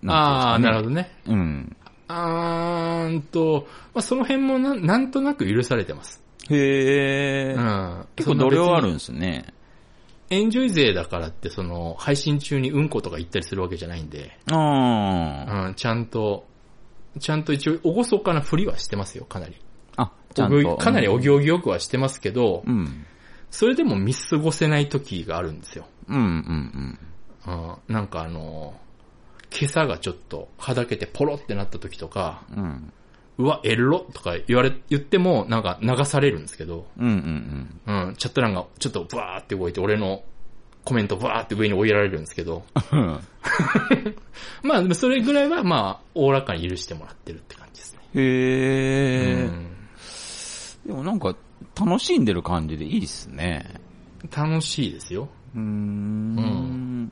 S2: う、
S1: ああー、なるほ
S2: ど。
S1: どね。
S2: うん。
S1: あーんと、まあ、その辺もなんなんとなく許されてます。
S2: へえ、
S1: うん。
S2: 結構度量あるん
S1: その別に
S2: ですね。
S1: エンジョイ勢だからって、その、配信中にうんことか言ったりするわけじゃないんで、
S2: ああ。
S1: うん、ちゃんと、ちゃんと一応、おごそかなふりはしてますよ、かなり。
S2: あ、ちゃ
S1: お
S2: ん
S1: 行
S2: と。
S1: 儀かなりお行儀よくはしてますけど、
S2: うん。
S1: それでも見過ごせない時があるんですよ。
S2: うん、うん、うん。
S1: うん、なんかあの、今朝がちょっと、はだけてポロってなった時とか、
S2: うん。
S1: うわ、エロとか言われ、言っても、なんか流されるんですけど、
S2: うん、うん、
S1: うん、チャット欄がちょっとブワーって動いて、俺のコメントバーって上に追いやられるんですけど、
S2: うん。
S1: まあ、でもそれぐらいは、まあ、おおらかに許してもらってるって感じですね。
S2: へえ、
S1: うん
S2: でもなんか、楽しんでる感じでいいっすね。
S1: 楽しいですよ。
S2: うーん。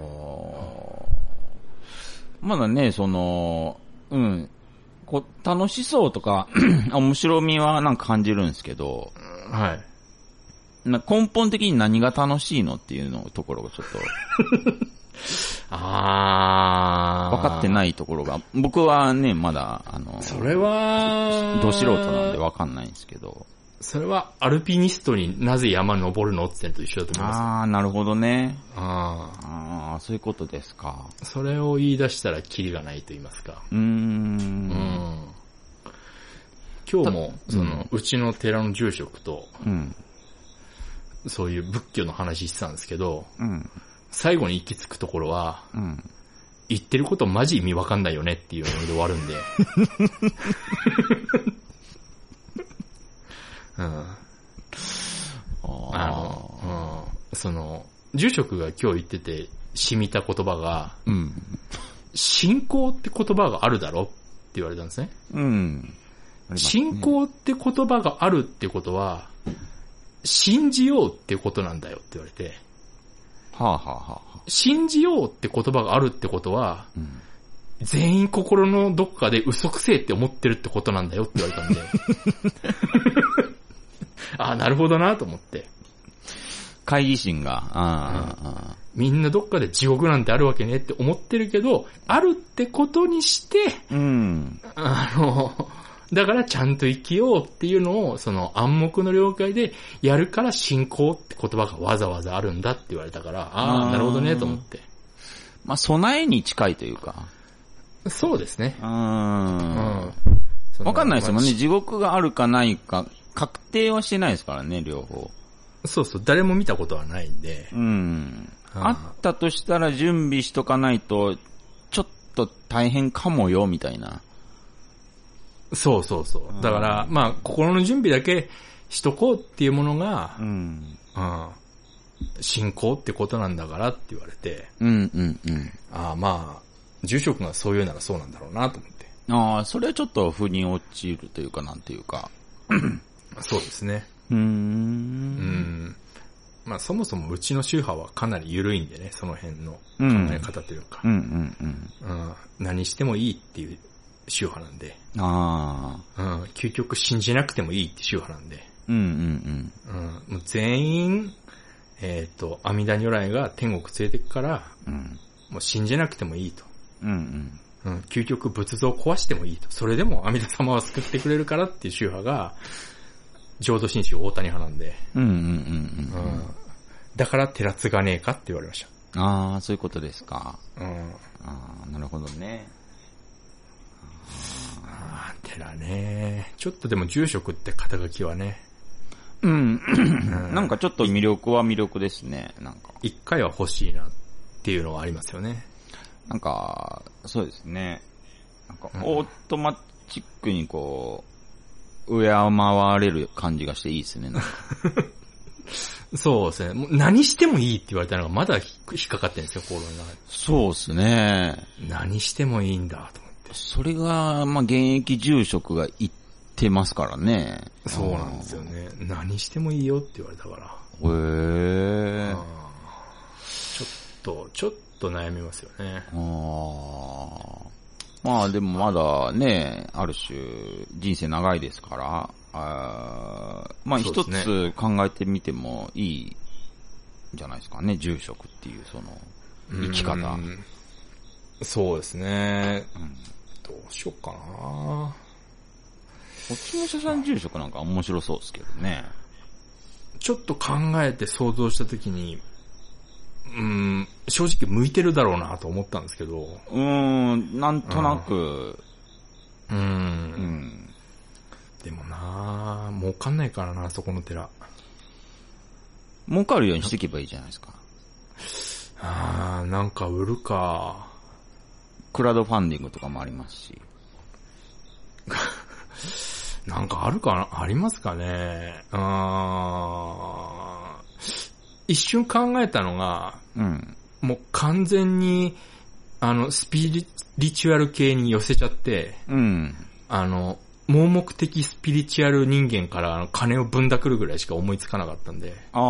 S2: あーまだね、その、うん。こう楽しそうとか、 面白みはなんか感じるんですけど、
S1: はい。
S2: な根本的に何が楽しいのっていうのところがちょっと
S1: あー。
S2: 分かって
S1: い。
S2: ないところが、僕はね、まだ、あの、
S1: それは、
S2: ど素人なんで分かんないんですけど。
S1: それは、アルピニストになぜ山登るのってのと一緒だと思います。
S2: ああ、なるほどね。
S1: ああ
S2: ああ、そういうことですか。
S1: ー。それを言い出したらキリがないと言いますか。
S2: うー。
S1: うんん。今日も、
S2: た
S1: その、うちの寺の住職と、
S2: うん。
S1: そういう仏教の話してたんですけど、
S2: うん。
S1: 最後に行き着くところは、
S2: うん。
S1: 言ってることマジ意味わかんないよねっていうので終わるん で。うん。あ
S2: ああ。
S1: の、うん。その、住職が今日言ってて、染みた言葉が、
S2: うん。
S1: 信仰って言葉があるだろって言われたんですね。
S2: うん。
S1: 信仰って言葉があるってことは、信じようってことなんだよって言われて、
S2: はあ、はあはあはあ、
S1: 信じようって言葉があるってことは、
S2: うん。
S1: 全員心のどっかで嘘くせえって思ってるってことなんだよって言われたんで。ああ、なるほどなと思って。
S2: 会議心が、ああ、ああ
S1: みんなどっかで地獄なんてあるわけねって思ってるけど、あるってことにして、
S2: うん。
S1: あの、だからちゃんと生きようっていうのを、その暗黙の了解でやるから信仰って言葉がわざわざあるんだって言われたから、あ
S2: あー
S1: あ、なるほどねと思って。
S2: まあ、備えに近いというか。
S1: そうですね
S2: う。。
S1: うんん。その
S2: わかんないですもん
S1: ま
S2: ね。地獄があるかないか、確定はしてないですからね、両方。
S1: あそうそう、誰も見たことはないんで。
S2: うん。
S1: うん
S2: あったとしたら準備しとかないと、ちょっと大変かもよ、みたいな。
S1: そうそうそう
S2: うん。
S1: だから、まあ、心の準備だけしとこうっていうものが
S2: う、ん。
S1: うん、信仰ってことなんだからって言われて、
S2: うん、うん、うん。
S1: ああ、まあ、住職がそう言うならそうなんだろうなと思って。
S2: ああ、それはちょっと腑に落ちるというか、なんていうか。
S1: そうですね。
S2: うー。
S1: うんん。まあ、そもそもうちの宗派はかなり緩いんでね、その辺の考
S2: うん
S1: え方というか
S2: うん、う、ん、うん。
S1: うん、何してもいいっていう宗派なんで、
S2: ああ。
S1: うん、究極信じなくてもいいって宗派なんで、
S2: うん、うん、
S1: うん、もう全員、えっ、と、阿弥陀如来が天国連れてくから、
S2: うん。うん、
S1: もう信じなくてもいいと。
S2: うん、うん。
S1: うん、究極仏像を壊してもいいと。それでも阿弥陀様は救ってくれるからっていう宗派が、浄土真宗大谷派なんで、
S2: うん、うん、うん
S1: う。
S2: うんん。
S1: だから寺継がねえかって言われまし
S2: ああ、そういうことですか。
S1: た。うん。
S2: ああ、なるほどね。
S1: あー寺ねちょっとでも住職って肩書きはね、
S2: うん。なんかちょっと魅力は魅力ですね。なんか、
S1: 一回は欲しいなっていうのはありますよね。
S2: なんか、そうですね。なんか、
S1: うん
S2: オートマチックにこう、敬われる感じがしていいですね。なんか
S1: そうですね。もう何してもいいって言われたのがまだ引っかかってるんですよ、心の中
S2: そうですね。
S1: に。何してもいいんだ、と思って。
S2: それが、まあ、現役住職が言ってますからね。
S1: そうなんですよね。何してもいいよって言われたから。
S2: へえ。あ
S1: ちょっと、ちょっと悩みますよね。
S2: あ。まあでもまだね、ある種人生長いですから、あーまあ
S1: そうで
S2: 一
S1: すね
S2: つ考えてみてもいいんじゃないですかね、住職っていうその生き方。
S1: うんそうですね。
S2: ん
S1: どうしよっかな
S2: こっちの社さん住職なんか面白そうですけどね。
S1: ちょっと考えて想像したときに、うん、正直向いてるだろうなと思ったんですけど、
S2: うーん、なんとなく、
S1: うん、
S2: うん。
S1: でもな儲かんないからな、そこの寺。
S2: 儲かるようにしていけばいいじゃないですか。
S1: あー、なんか売るか。
S2: クラウドファンディングとかもありますし。
S1: なんかあるかなありますかねあー一瞬考えたのが、
S2: うん。
S1: もう完全に、あの、スピリチュアル系に寄せちゃって、
S2: うん。
S1: あの、盲目的スピリチュアル人間からあの金をぶんだくるぐらいしか思いつかなかったんで、
S2: ああ
S1: あ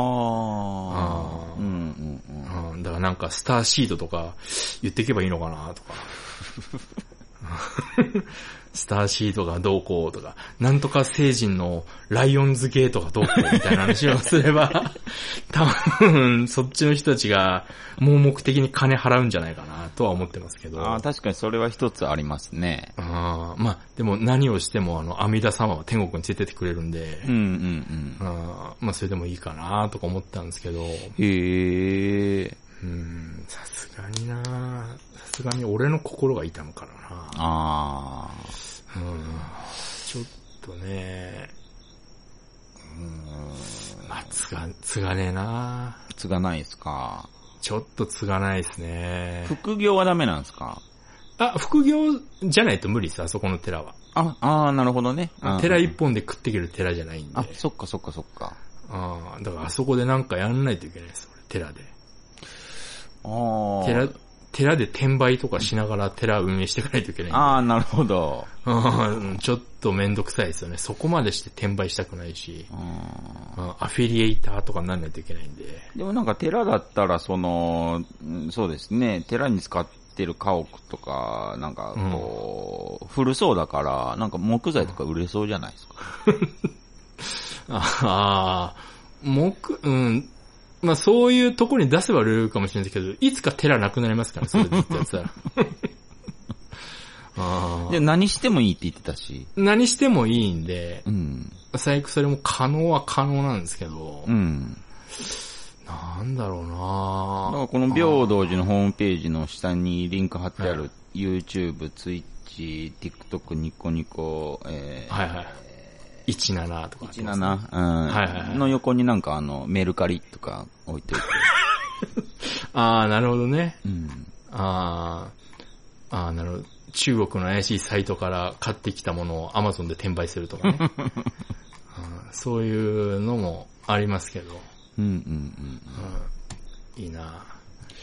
S1: ー
S2: うんうんうん。
S1: うん、だからなんかスターシードとか言っていけばいいのかなとか。 スターシードがどうこうとか、なんとか星人のライオンズゲートがどうこうみたいな話をすれば、 多分そっちの人たちが盲目的に金払うんじゃないかなとは思ってますけど。
S2: ああ、確かにそれは一つありますね。
S1: あーまあ、でも何をしてもあの、阿弥陀様は天国に連れてってくれるんで、
S2: うんうん
S1: あーまあ、それでもいいかなとか思ったんですけど、
S2: うん。へえ。
S1: うん、さすがになさすがに俺の心が痛むからな
S2: ああ。
S1: うん、ちょっとね、うん、まあ、つが、つがねえな
S2: つがないですか。
S1: ちょっとつがないですね。
S2: 副業はダメなんですか
S1: あ、副業じゃないと無理さ、あそこの寺は。
S2: あ、ああ、なるほどね。うん
S1: 寺一本で食っていける寺じゃないんで。
S2: あ、そっかそっかそっか。
S1: ああ、だからあそこでなんかやんないといけないです、俺寺で。
S2: ああ。
S1: 寺、寺で転売とかしながら寺運営していかないといけないんで。
S2: ああ、なるほど。
S1: うんちょっとめんどくさいですよね。そこまでして転売したくないし、
S2: うん
S1: うんアフィリエイターとかにならないといけないんで。
S2: でもなんか寺だったら、その、うんそうですね、寺に使ってる家屋とか、なんかこう、古そうだから、なんか木材とか売れそうじゃないですか。
S1: ああ、木、うん。まあそういうとこに出せば売れるかもしれないですけど、いつか寺なくなりますから、それずっとや ってたら。あ
S2: で、
S1: あ
S2: 何してもいいって言ってたし。
S1: 何してもいいんで
S2: う、ん。
S1: 最悪それも可能は可能なんですけど、
S2: うん。
S1: なんだろう
S2: だか
S1: な
S2: らこの平等寺のホームページの下にリンク貼ってある YouTube、Twitch、TikTok、ニコニコ、えー、
S1: はいはい。17とか。
S2: 17、う
S1: はいはいはい
S2: ん、の横になんかあの、メルカリとか置いておいて。
S1: ああ、なるほどね。
S2: うん。
S1: ああ、ああ、なるほど。中国の怪しいサイトから買ってきたものを Amazon で転売すると かね。うんそういうのもありますけど、
S2: うんうんうん。
S1: いいな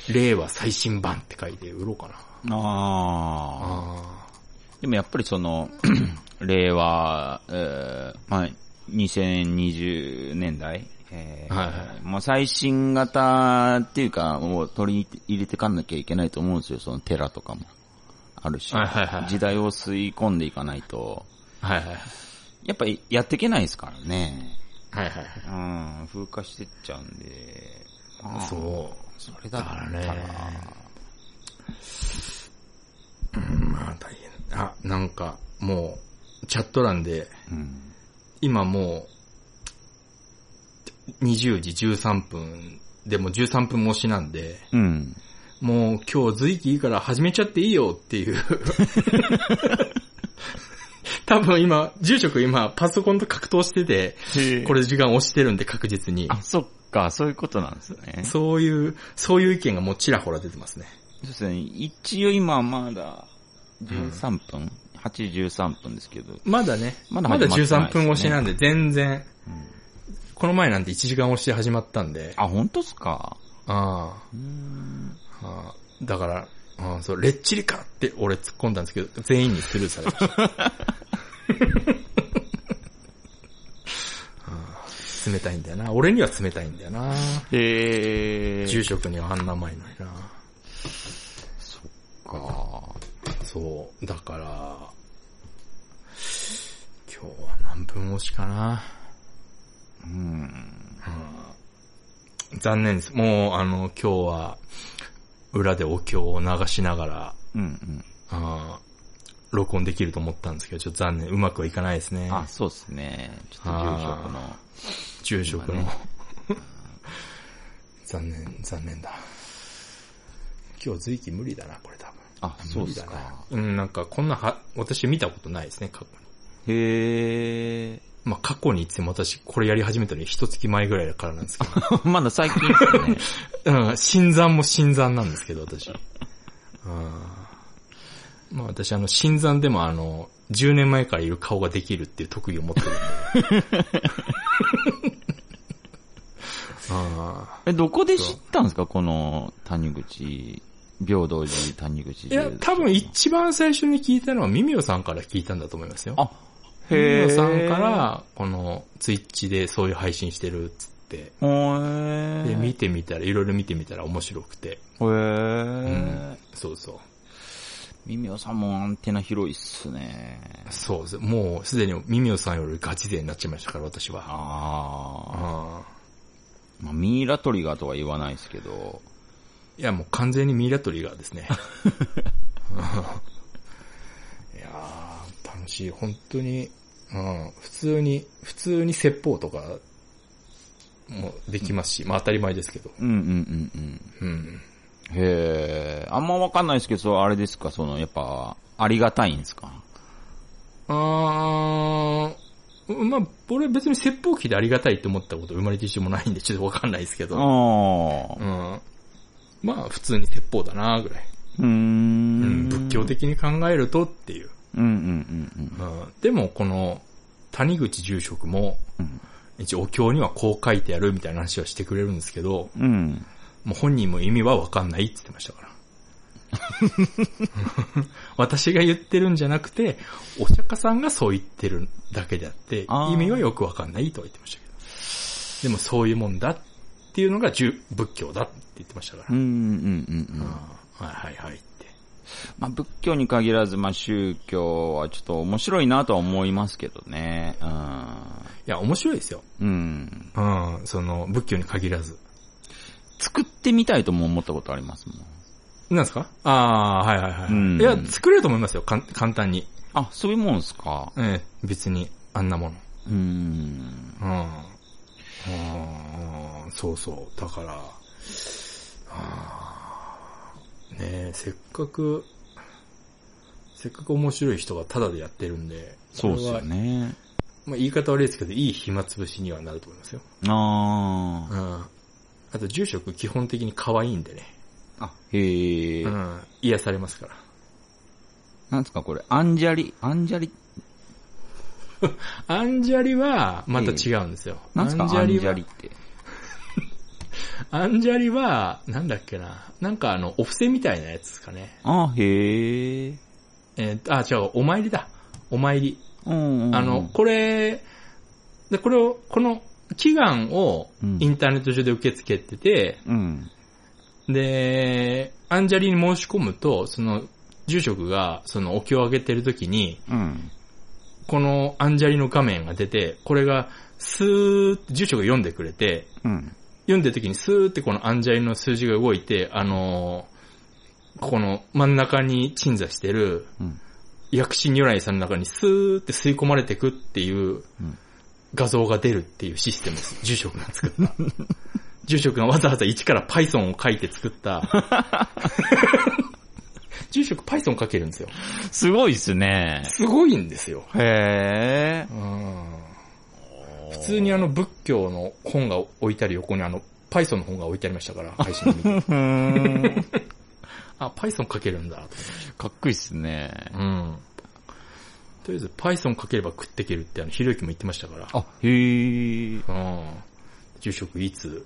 S1: 令和最新版って書いて売ろうかな。
S2: ああ。
S1: あ
S2: でもやっぱりその、 令和、えーまあ、2020年代、えー
S1: はいはい
S2: もう最新型っていうか、もう取り入れてかんなきゃいけないと思うんですよ、その寺とかも。あるし、
S1: はいはい はい
S2: 時代を吸い込んでいかないと、
S1: あ、はいはい。
S2: やっぱりやっていけないですからね。
S1: はいはい。
S2: うん、風化してっちゃうんで、まあ
S1: そう。
S2: それだったら
S1: だからねうん、まあ大変。あ、なんか、もう、チャット欄で、
S2: うん、
S1: 今もう、20時13分、でも13分越しなんで、
S2: うん。
S1: もう今日随気いいから始めちゃっていいよっていう。 多分今、住職今パソコンと格闘してて、こ
S2: れ、
S1: れ時間押してるんで確実に。
S2: あ、そっか、そういうことなんですね。
S1: そういう、そういう意見がもうちらほら出てますね。
S2: そうですね。一応今まだ13分、?8 時13分ですけど。
S1: まだね、
S2: まだ
S1: まだ
S2: 始まって
S1: 13
S2: ないですね
S1: 分越しなんで全然、ここの前なんて1時間押して始まったんで、
S2: あ、本当っすか。
S1: あ
S2: うーん
S1: あああ、だから、ああそう、レッチリかって俺突っ込んだんですけど、全員にスルーされました。 ああ冷たいんだよな。俺には冷たいんだよな。
S2: え
S1: 住職にはあんな甘いのにな。
S2: そっか。
S1: そう、だから、今日は何分押しかな。
S2: うん。
S1: 残念です。もう、あの、今日は、裏でお経を流しながら、
S2: うんうん。
S1: あー録音できると思ったんですけど、ちょっと残念、うまくはいかないですね。
S2: あ、そうですね。ちょっと住職の。
S1: 住職の。
S2: 今ね
S1: 残念、残念だ。今日随記無理だな、これ多分。
S2: あ、そ
S1: 無
S2: うっす
S1: 理だ
S2: か
S1: な。うん、なんかこんなは、私見たことないですね、過去に。
S2: へえ。
S1: まあ、過去にいつも私、これやり始めたのに一月前ぐらいからなんですけ
S2: まだ最近ですね。
S1: ど。うん、新参も新参なんですけど、私。うん。まあ、私、あの、新参でもあの、10年前からいる顔ができるっていう特技を持ってるんで。あ
S2: え、どこで知ったんですかこの谷口、平等寺、谷口
S1: ーいや、多分一番最初に聞いたのはミミオさんから聞いたんだと思いますよ。
S2: あ、
S1: ミミオ
S2: へえ。
S1: さんか、ら、この、ツイッチでそういう配信してるっつって、
S2: へえ。
S1: で、見てみたら、いろいろ見てみたら面白くて。
S2: へ
S1: うん
S2: え。
S1: そうそう。
S2: ミミオさんもアンテナ広いっすね。
S1: そうです。もうすでにミミオさんよりガチ勢になっちゃいましたから、私は。
S2: ああ。
S1: あ
S2: まあ、ミイラトリガーとは言わないですけど。
S1: いや、もう完全にミイラトリガーです ね。いやー、楽しい。本当に、うん、普通に、普通に説法とか、もできますし、まあ当たり前ですけど。
S2: うんうんうんうん。
S1: うん。
S2: へえ。あんまわかんないですけど、そうあれですかその、やっぱ、ありがたいんですか
S1: あー、まあ、俺別に説法聞いてありがたいって思ったこと生まれて一度もないんで、ちょっとわかんないですけ
S2: あ
S1: ど。
S2: あ
S1: う。ん。まあ、普通に説法だなぐらい。
S2: うーん
S1: うん、仏教。的に考えるとっていう。
S2: うんうんうんうん。
S1: うん、でも、この、谷口住職も、
S2: うん
S1: 一応お経にはこう書いてあるみたいな話はしてくれるんですけど、
S2: うん。
S1: もう本人も意味はわかんないって言ってました から。私が言ってるんじゃなくて、お釈迦さんがそう言ってるだけであって、
S2: あー
S1: 意味はよくわかんないとは言ってましたけど。でもそういうもんだっていうのがじゅ仏教だって言ってましたか
S2: う
S1: ら。
S2: んうんうんうん。
S1: あーはいはいはいって。
S2: まあ、仏教に限らず、まあ、宗教はちょっと面白いなとは思いますけどね。う
S1: いや、面白いですよ。
S2: ん。うん。
S1: うん、その、仏教に限らず。
S2: 作ってみたいとも思ったことありますもん。
S1: なんですかああ、はいはいはい。
S2: うん
S1: いや、作れると思いますよ、かん簡単に。
S2: あ、そういうもんすか。
S1: ええ、別に、あんなもの。
S2: うーん。
S1: うん。うん、そうそう。だから、あーねえ、せっかく、せっかく面白い人がタダでやってるんで、
S2: そうですよ
S1: これは。
S2: ね。
S1: まあ言い方悪いですけど、いい暇つぶしにはなると思いますよ。う
S2: あ
S1: ん。あと、住職基本的に可愛いんでね。
S2: あ。あ、へえ。
S1: うん。癒されますから。
S2: なんですかこれ、アンジャリ、アンジャリ、
S1: アンジャリは、また違うんですよ。
S2: なんですかアンジ
S1: は
S2: ャリって。
S1: アンジャリは、なんだっけな。なんかあの、お布施みたいなやつですかね。
S2: あ、へえ。
S1: えーとあ、違う、お参りだ。お参り。
S2: うんうんうん。
S1: あの、これ、で、これを、この祈願を
S2: うん
S1: インターネット上で受け付けてて、
S2: うん。
S1: で、アンジャリに申し込むと、その、住職が、その、お経をあげてる時に、
S2: うん。
S1: このアンジャリの画面が出て、これが、スーって住職が読んでくれて、
S2: うん。
S1: 読んでる時にスーってこのアンジャリの数字が動いて、あのーここの真ん中に鎮座してる
S2: うん。
S1: 薬師如来さんの中にスーって吸い込まれてくっていう
S2: うん
S1: 画像が出るっていうシステムです。住職が作った。 住職がわざわざ一から Python を書いて作った。 住職 Python 書けるんですよ。
S2: すごいっすね。
S1: すごいんですよ。
S2: へえ。
S1: うん普通にあの仏教の本が置いたり横にあの Python の本が置いてありましたから、配信を見て。
S2: ふーん。
S1: あ、Python 書けるんだと思って。
S2: かっこいいっすね。
S1: うん。とりあえず Python 書ければ食っていけるってあの、ひろゆきも言ってましたから。
S2: あ、へえ。
S1: うん。住職いつ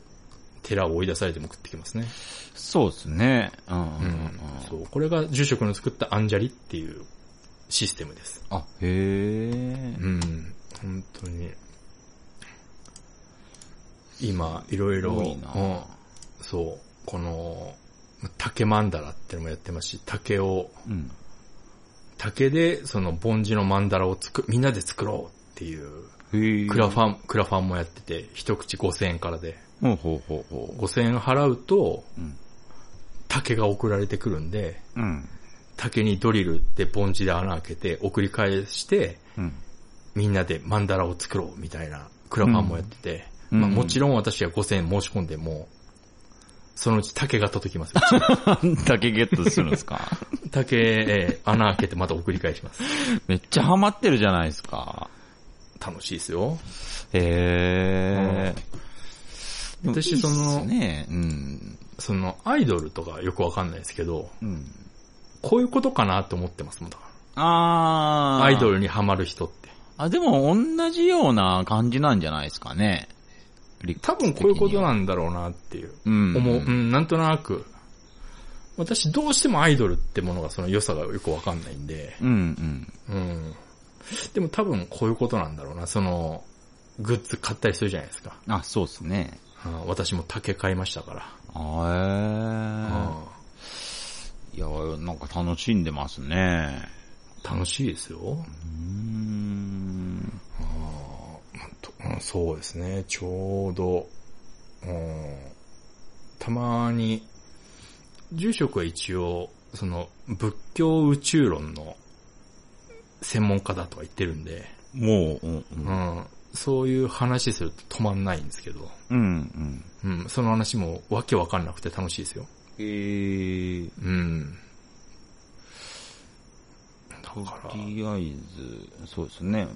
S1: 寺を追い出されても食ってきますね。
S2: そうですね。うんうん
S1: う
S2: うん
S1: ん。そう。これが住職の作ったアンジャリっていうシステムです。
S2: あ、へえ
S1: う。ん。本当に。今、いろいろ、
S2: すごいな
S1: うんそう。この、竹曼荼羅ってのもやってますし、竹を、
S2: うん。
S1: 竹で、その、凡字の曼荼羅を作、みんなで作ろうっていう、
S2: へえ。
S1: クラファン、クラファンもやってて、一口5000円からで。
S2: ほうほうほうほ
S1: 5000円払うと、
S2: う。うん。
S1: 竹が送られてくるんで、
S2: うん。
S1: 竹にドリルでンジで穴開けて、送り返して、
S2: うん。
S1: みんなでマンダラを作ろうみたいなクラファンもやってて、
S2: うん
S1: まあ、
S2: うん
S1: もちろん私は5000円申し込んでも、そのうち竹が届き ます。
S2: 竹ゲットするんですか
S1: 竹、えー穴開けてまた送り返します。
S2: めっちゃハマってるじゃないですか。
S1: 楽しいですよ。
S2: へえ。
S1: うん私
S2: でもいいっす
S1: その
S2: ね、うん。
S1: その、アイドルとかよくわかんないですけど、
S2: うん。
S1: こういうことかなと思ってますもん、だか
S2: あ
S1: ら。
S2: ー。
S1: アイドルにハマる人って。
S2: あ、でも同じような感じなんじゃないですかね。
S1: 多分こういうことなんんだろうなっていう。
S2: うん。
S1: 思う、うん、なんとなく。私どうしてもアイドルってものがその良さがよくわかんないんで、
S2: うんうん。
S1: うん。でも多分こういうことなんだろうな。その、グッズ買ったりするじゃないですか。
S2: あ、そうですね。
S1: うん私も竹買いましたから。
S2: あえ。いや、なんか楽しんでますね。
S1: うん楽しいですよ、
S2: うーん。
S1: とうんそうですね。ちょうど、うんたまに、住職は一応、その、仏教宇宙論の専門家だとは言ってるんで、
S2: もう、うん
S1: う。ん、そういう話すると止まんないんですけど、
S2: うんうん。
S1: うん、その話もわけわかんなくて楽しいですよ。
S2: えー、
S1: うん。だ
S2: と
S1: から、
S2: りあえず、そうですね。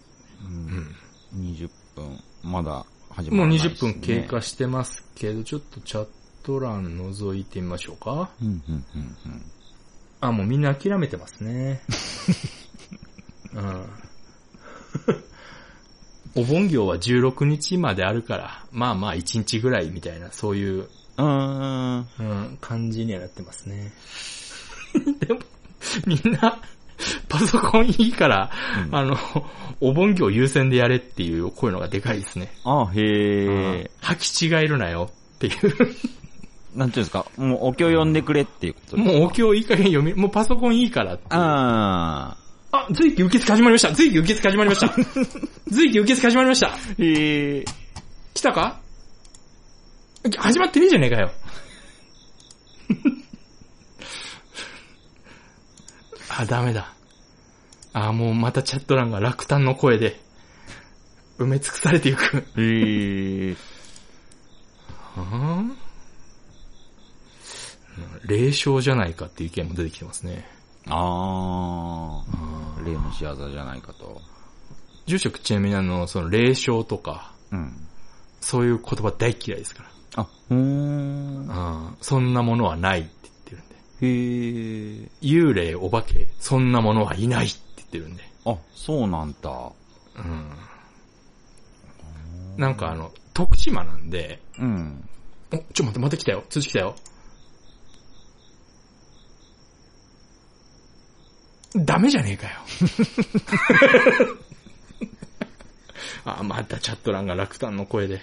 S2: う。
S1: うんん。
S2: 20分、まだ始ま
S1: もう
S2: らない、
S1: 20分経過。してますけど、ちょっとチャット欄覗いてみましょうか。
S2: うんうんうんうん。
S1: あ、もうみんな諦めてます ね。うん。お盆行は16日まであるから、まあまあ1日ぐらいみたいな、そういう
S2: あ
S1: う
S2: ー。
S1: ん、感じにはなってますね。 でも、みんな、パソコンいいから、
S2: うん
S1: あの、お盆業優先でやれっていう声のがでかいですね。
S2: あ、へ
S1: うん
S2: え。
S1: 履き違えるなよっていう。
S2: なんていうんですか、もうお経読んでくれっていうことですか
S1: もうお経いい加減読み、もうパソコンいいからっていう
S2: あ
S1: あ、随記受付始まりました随記受付始まりま した随記受付始まりました
S2: あ。へえ。
S1: 来たか始まってねえじゃねえか よ。あ、ダメだ。あ、もうまたチャット欄が落胆の声で埋め尽くされていく。
S2: へえ。
S1: うん霊障じゃないかっていう意見も出てきてますね。
S2: ああ。例の仕業じゃないかと。
S1: 住職ちなみにあの、その霊障とか、
S2: うん。
S1: そういう言葉大嫌いですから。
S2: あ、うーん。
S1: うんそんなものはないって言ってるんで。
S2: へえ。
S1: 幽霊、お化け、そんなものはいないって言ってるんで。
S2: あ、そうなんだ。
S1: うん。なんかあの、徳島なんで、
S2: うん。
S1: お、ちょ待って、また来たよ。通知来たよ。ダメじゃねえかよ。あ、またチャット欄が落胆の声で。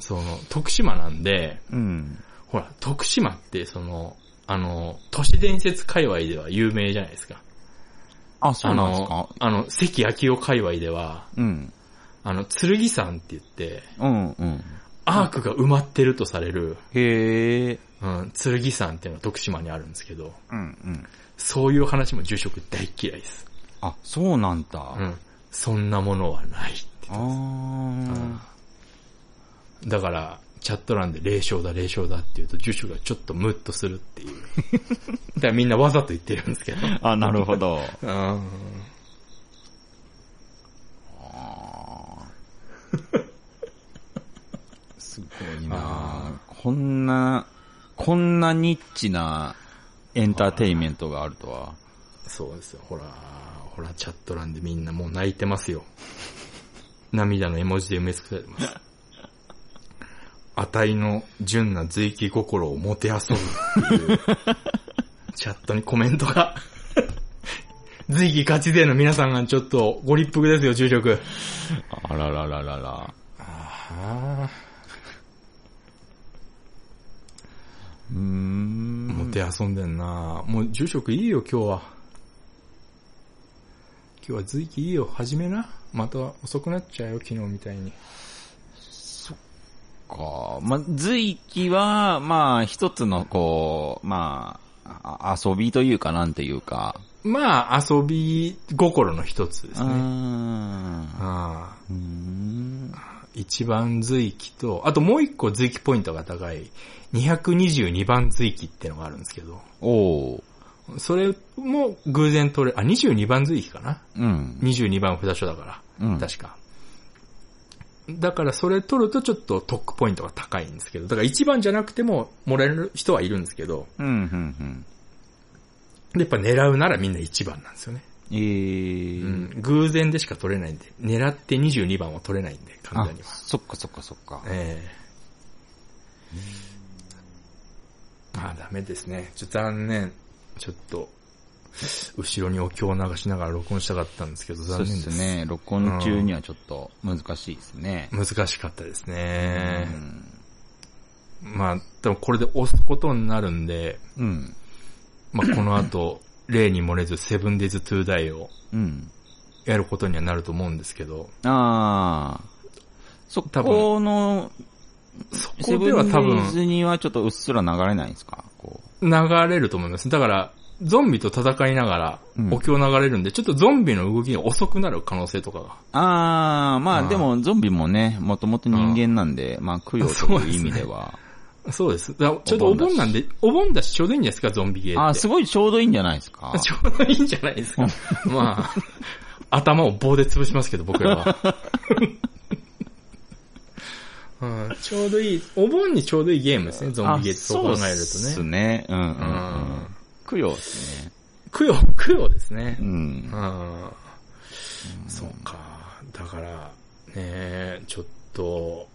S1: その、徳島なんで、
S2: うん。
S1: ほら、徳島って、その、あの、都市伝説界隈では有名じゃないですか。
S2: あ、そ
S1: あ
S2: うなんですか
S1: の、あの、関明夫界隈では、
S2: うん。
S1: あの、剣山って言って、
S2: うん、うん。
S1: アークが埋まってるとされる、
S2: へえ。
S1: うん、剣山っていうのは徳島にあるんですけど、
S2: うん、うん。
S1: そういう話も住職大嫌いです。
S2: あ、そうなんだ。
S1: う
S2: あ
S1: ん。そんなものはないって。
S2: あー。
S1: だから、チャット欄で霊障だ霊障だって言うと住職がちょっとムッとするって いう。だからみんなわざと言ってるんですけど。
S2: あ、なるほど。
S1: うん。
S2: すごいなあこんな、こんなニッチなエンターテインメントがあるとは。
S1: そうですよ。ほら、ほら、チャット 欄でみんなもう泣いてますよ。涙の絵文字で埋め尽くされてます。値の純な随気心をもてあそぶっていう、チャットにコメントが。 随気ガチ勢の皆さんがちょっとご立腹ですよ、住職。
S2: あららららら。
S1: ああ、
S2: うーん。
S1: もてあそんでんなもう住職いいよ、今日は。今日は随気いいよ、始めな。また遅くなっちゃうよ、昨日みたいに。
S2: か。まあ、随気は、まあ、一つの、こう、まあ、あ遊びというか、なんていうか。
S1: まあ、遊び心の一つです
S2: うー
S1: ね。
S2: ん
S1: ああ
S2: うーん。
S1: 一番随気と、あともう一個随気ポイントが高い、222番随気ってのがあるんですけど、
S2: おう。
S1: それも偶然取れ、あ、22番随気かな
S2: うん。
S1: ?22 番札所だから、
S2: うん。
S1: 確か。だからそれ取るとちょっと特ポイントが高いんですけど、だから1番じゃなくてももらえる人はいるんですけど、
S2: うん、うん、
S1: でやっぱ狙うならみんな1番なんですよね。
S2: うん。えー。
S1: うん、偶然でしか取れないんで、狙って22番は取れないんで、簡
S2: あ
S1: 単に、は。
S2: そっかそっかそっか。
S1: ええああ、ダメですね。ちょっと残念。ちょっと、後ろにお経を流しながら録音したかったんですけど、
S2: そ
S1: 残
S2: うで
S1: 念です。
S2: すね。録音中にはちょっと難しいですね。
S1: 難しかったです
S2: う
S1: ね。
S2: ん。
S1: まあ、でもこれで押すことになるんで、
S2: うん。
S1: まあこの 後、例に漏れず、セブンディズ・トゥ・ダイを
S2: うん。
S1: やることにはなると思うんですけど、
S2: ああ。そ
S1: 多分
S2: この、
S1: そ
S2: セ
S1: こ
S2: ブ
S1: では
S2: ンデ
S1: 多
S2: ィー
S1: 分
S2: ズにはちょっとうっすら流れないんですかこ
S1: 流れると思います。だから、ゾンビと戦いながら
S2: う、ん
S1: お経流れるんで、ちょっとゾンビの動きが遅くなる可能性とかが。
S2: う。ああ、ま
S1: う
S2: あ
S1: ん
S2: でもゾンビもね、もともと人間なんで、まあ供 養という意味では。
S1: そうです。だちょっとお盆なんで、お盆だしちょうどいいんじゃないですか、ゾンビゲーって。
S2: ああ、すごいちょうどいいんじゃないですか
S1: ちょうどいいんじゃないです か。まあ、頭を棒で潰しますけど、僕らは。 うん、ちょうどいい、お盆にちょうどいいゲームですね、ゾンビゲーってそう考えると
S2: あそうっす
S1: ね。
S2: ね。うんうんう
S1: うん
S2: ん。供養ですね。
S1: 供養、供養ですね
S2: う。ん。
S1: ああ、そうか。だから、ねえ、ちょっと、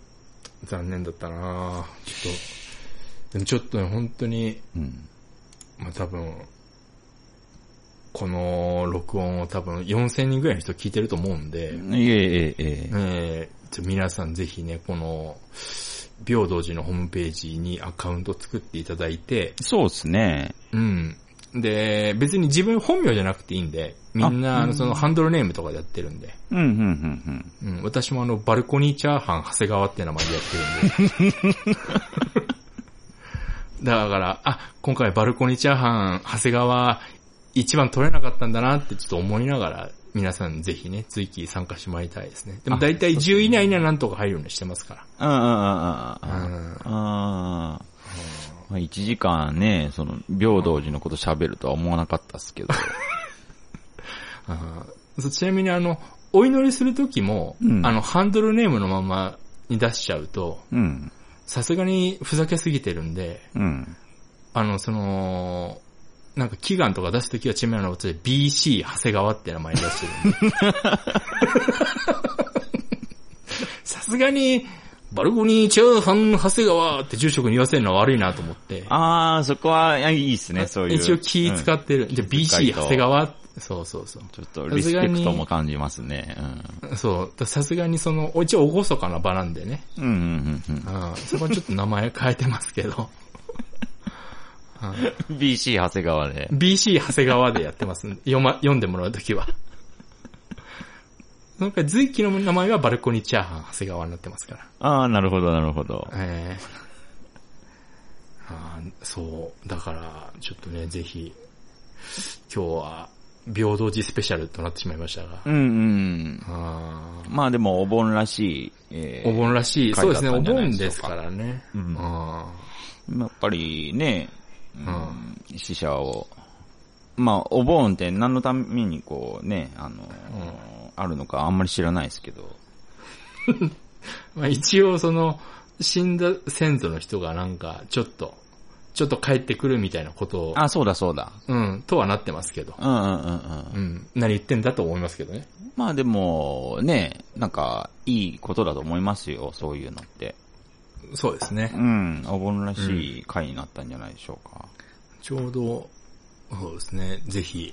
S1: 残念だったなちょっと、でもちょっとね、本当に、
S2: うん。
S1: まあ、多分、この録音を多分4000人ぐらいの人聞いてると思うんで、
S2: いえいえいえ。
S1: えーちょ皆さんぜひね、この、平等寺のホームページにアカウント作っていただいて、
S2: そうですね。
S1: うん。で、別に自分本名じゃなくていいんで、みんな、
S2: あ
S1: あの、その、ハンドルネームとかでやってるんで、
S2: うん、うん、うん、
S1: うん。私もあの、バルコニーチャーハン、長谷川って名前でやってるんで。だから、あ、今回バルコニーチャーハン、長谷川、一番取れなかったんだなってちょっと思いながら、皆さんぜひね、追記参加してもらいたいですね。でも
S2: あ
S1: 大体10位以内にはなんとか入るようにしてますか
S2: うん。うん、うん、うん
S1: ら。。
S2: う
S1: う
S2: ん
S1: ん。
S2: ああ。まあ、1時間ね、その、平等寺のこと喋るとは思わなかったっすけど。
S1: あーそうちなみにあの、お祈りするときも、
S2: うん
S1: あの、ハンドルネームのままに出しちゃうと、
S2: うん。
S1: さすがにふざけすぎてるんで、
S2: うん。
S1: あの、その、なんか祈願とか出すときはちなみにあの、私 BC 長谷川って名前出してる んで。さすがに、バルコニーチャーハン長谷川って住職に言わせるのは悪いなと思って。
S2: ああ、そこは、いやいいっすね、そういう。
S1: 一応気使
S2: うん
S1: ってる。で、
S2: 気遣い
S1: BC
S2: と
S1: 長谷川そうそうそう。
S2: ちょっとリスペクトも感じますね。うん
S1: そう。ださすがにその、一応おごそかな場なんでね。。
S2: うんうんう
S1: う
S2: ん
S1: ん。そこはちょっと名前変えてますけど。うん
S2: うん。BC 長谷川で。
S1: BC 長谷川でやってますんで。読ま、読んでもらうときは。なんか、随記の名前はバルコニーチャーハン長谷川になってますから。
S2: ああ、なるほど、なるほど。
S1: えーあーそう。だから、ちょっとね、ぜひ、今日は、平等寺スペシャルとなってしまいましたが
S2: う。んうん。
S1: あー
S2: まあでも、お盆らしい、えー
S1: お盆らしい。
S2: 回
S1: そう
S2: だっ
S1: ですね、
S2: た
S1: お
S2: んじゃない
S1: 盆
S2: で
S1: で
S2: し
S1: す
S2: ょうか
S1: からね。
S2: うん
S1: あ
S2: やっぱりね、うん
S1: うん
S2: 死者を、まあ、お盆って何のためにこうね、あのーあるのかあんまり知らないですけど。
S1: ーまあ、一応、その、死んだ先祖の人がなんか、ちょっと、ちょっと帰ってくるみたいなことを、
S2: あ、そうだそうだ。
S1: うん、とはなってますけど。
S2: うんうんうんうん。
S1: うん、何言ってんだと思いますけどね。
S2: まあでも、ね、なんか、いいことだと思いますよ、そういうのって。
S1: そうですね
S2: う。ん、お盆らしい回になったんじゃないでしょうか。
S1: ちょうど、そうですね、ぜひ。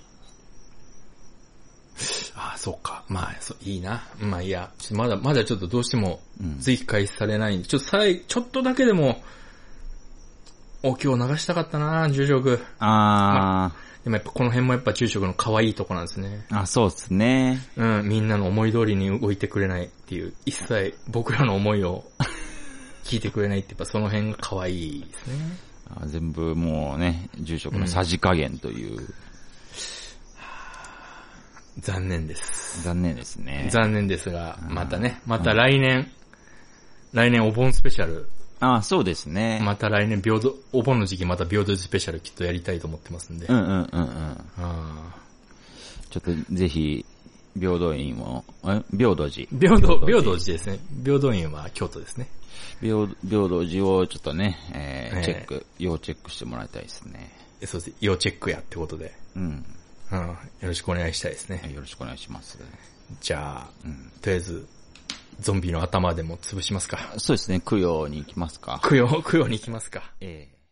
S1: ああ、そうか。まあ、そう、いいな。まあいいや、ちょっとまだ、まだちょっとどうしても、
S2: うん
S1: ぜひ開始されないんで、ちょっとさい、ちょっとだけでも、お経を流したかったな、住職。
S2: あ
S1: でもやっぱこの辺もやっぱ住職の可愛いとこなんですね。
S2: ー、あ、そうですね。
S1: うん、みんなの思い通りに動いてくれないっていう、一切僕らの思いを聞いてくれないってやっぱその辺が可愛いですね。
S2: あ全部もうね、住職のさじ加減という、
S1: 残念です。
S2: 残念ですね。
S1: 残念ですが、またね、また来年、来年お盆スペシャル、
S2: あそうですね。
S1: また来年平等、お盆の時期また平等スペシャルきっとやりたいと思ってますんで。
S2: うんうんうんうん。
S1: あ
S2: ちょっとぜひ、平等院を、え平等寺
S1: ー平等、平等寺ですね。平等院は京都ですね。
S2: 平平等寺をちょっとね、えー
S1: ええ
S2: チェック、要チェックしてもらいたいですね。
S1: えそうです。要チェックやってことで、
S2: うん。
S1: うん、よろしくお願いしたいですね。
S2: よろしくお願いします。
S1: じゃあ、
S2: うん
S1: とりあえず、ゾンビの頭でも潰しますか。
S2: そうですね、供養に行きますか。
S1: 供養、供養に行きますか。
S2: ええ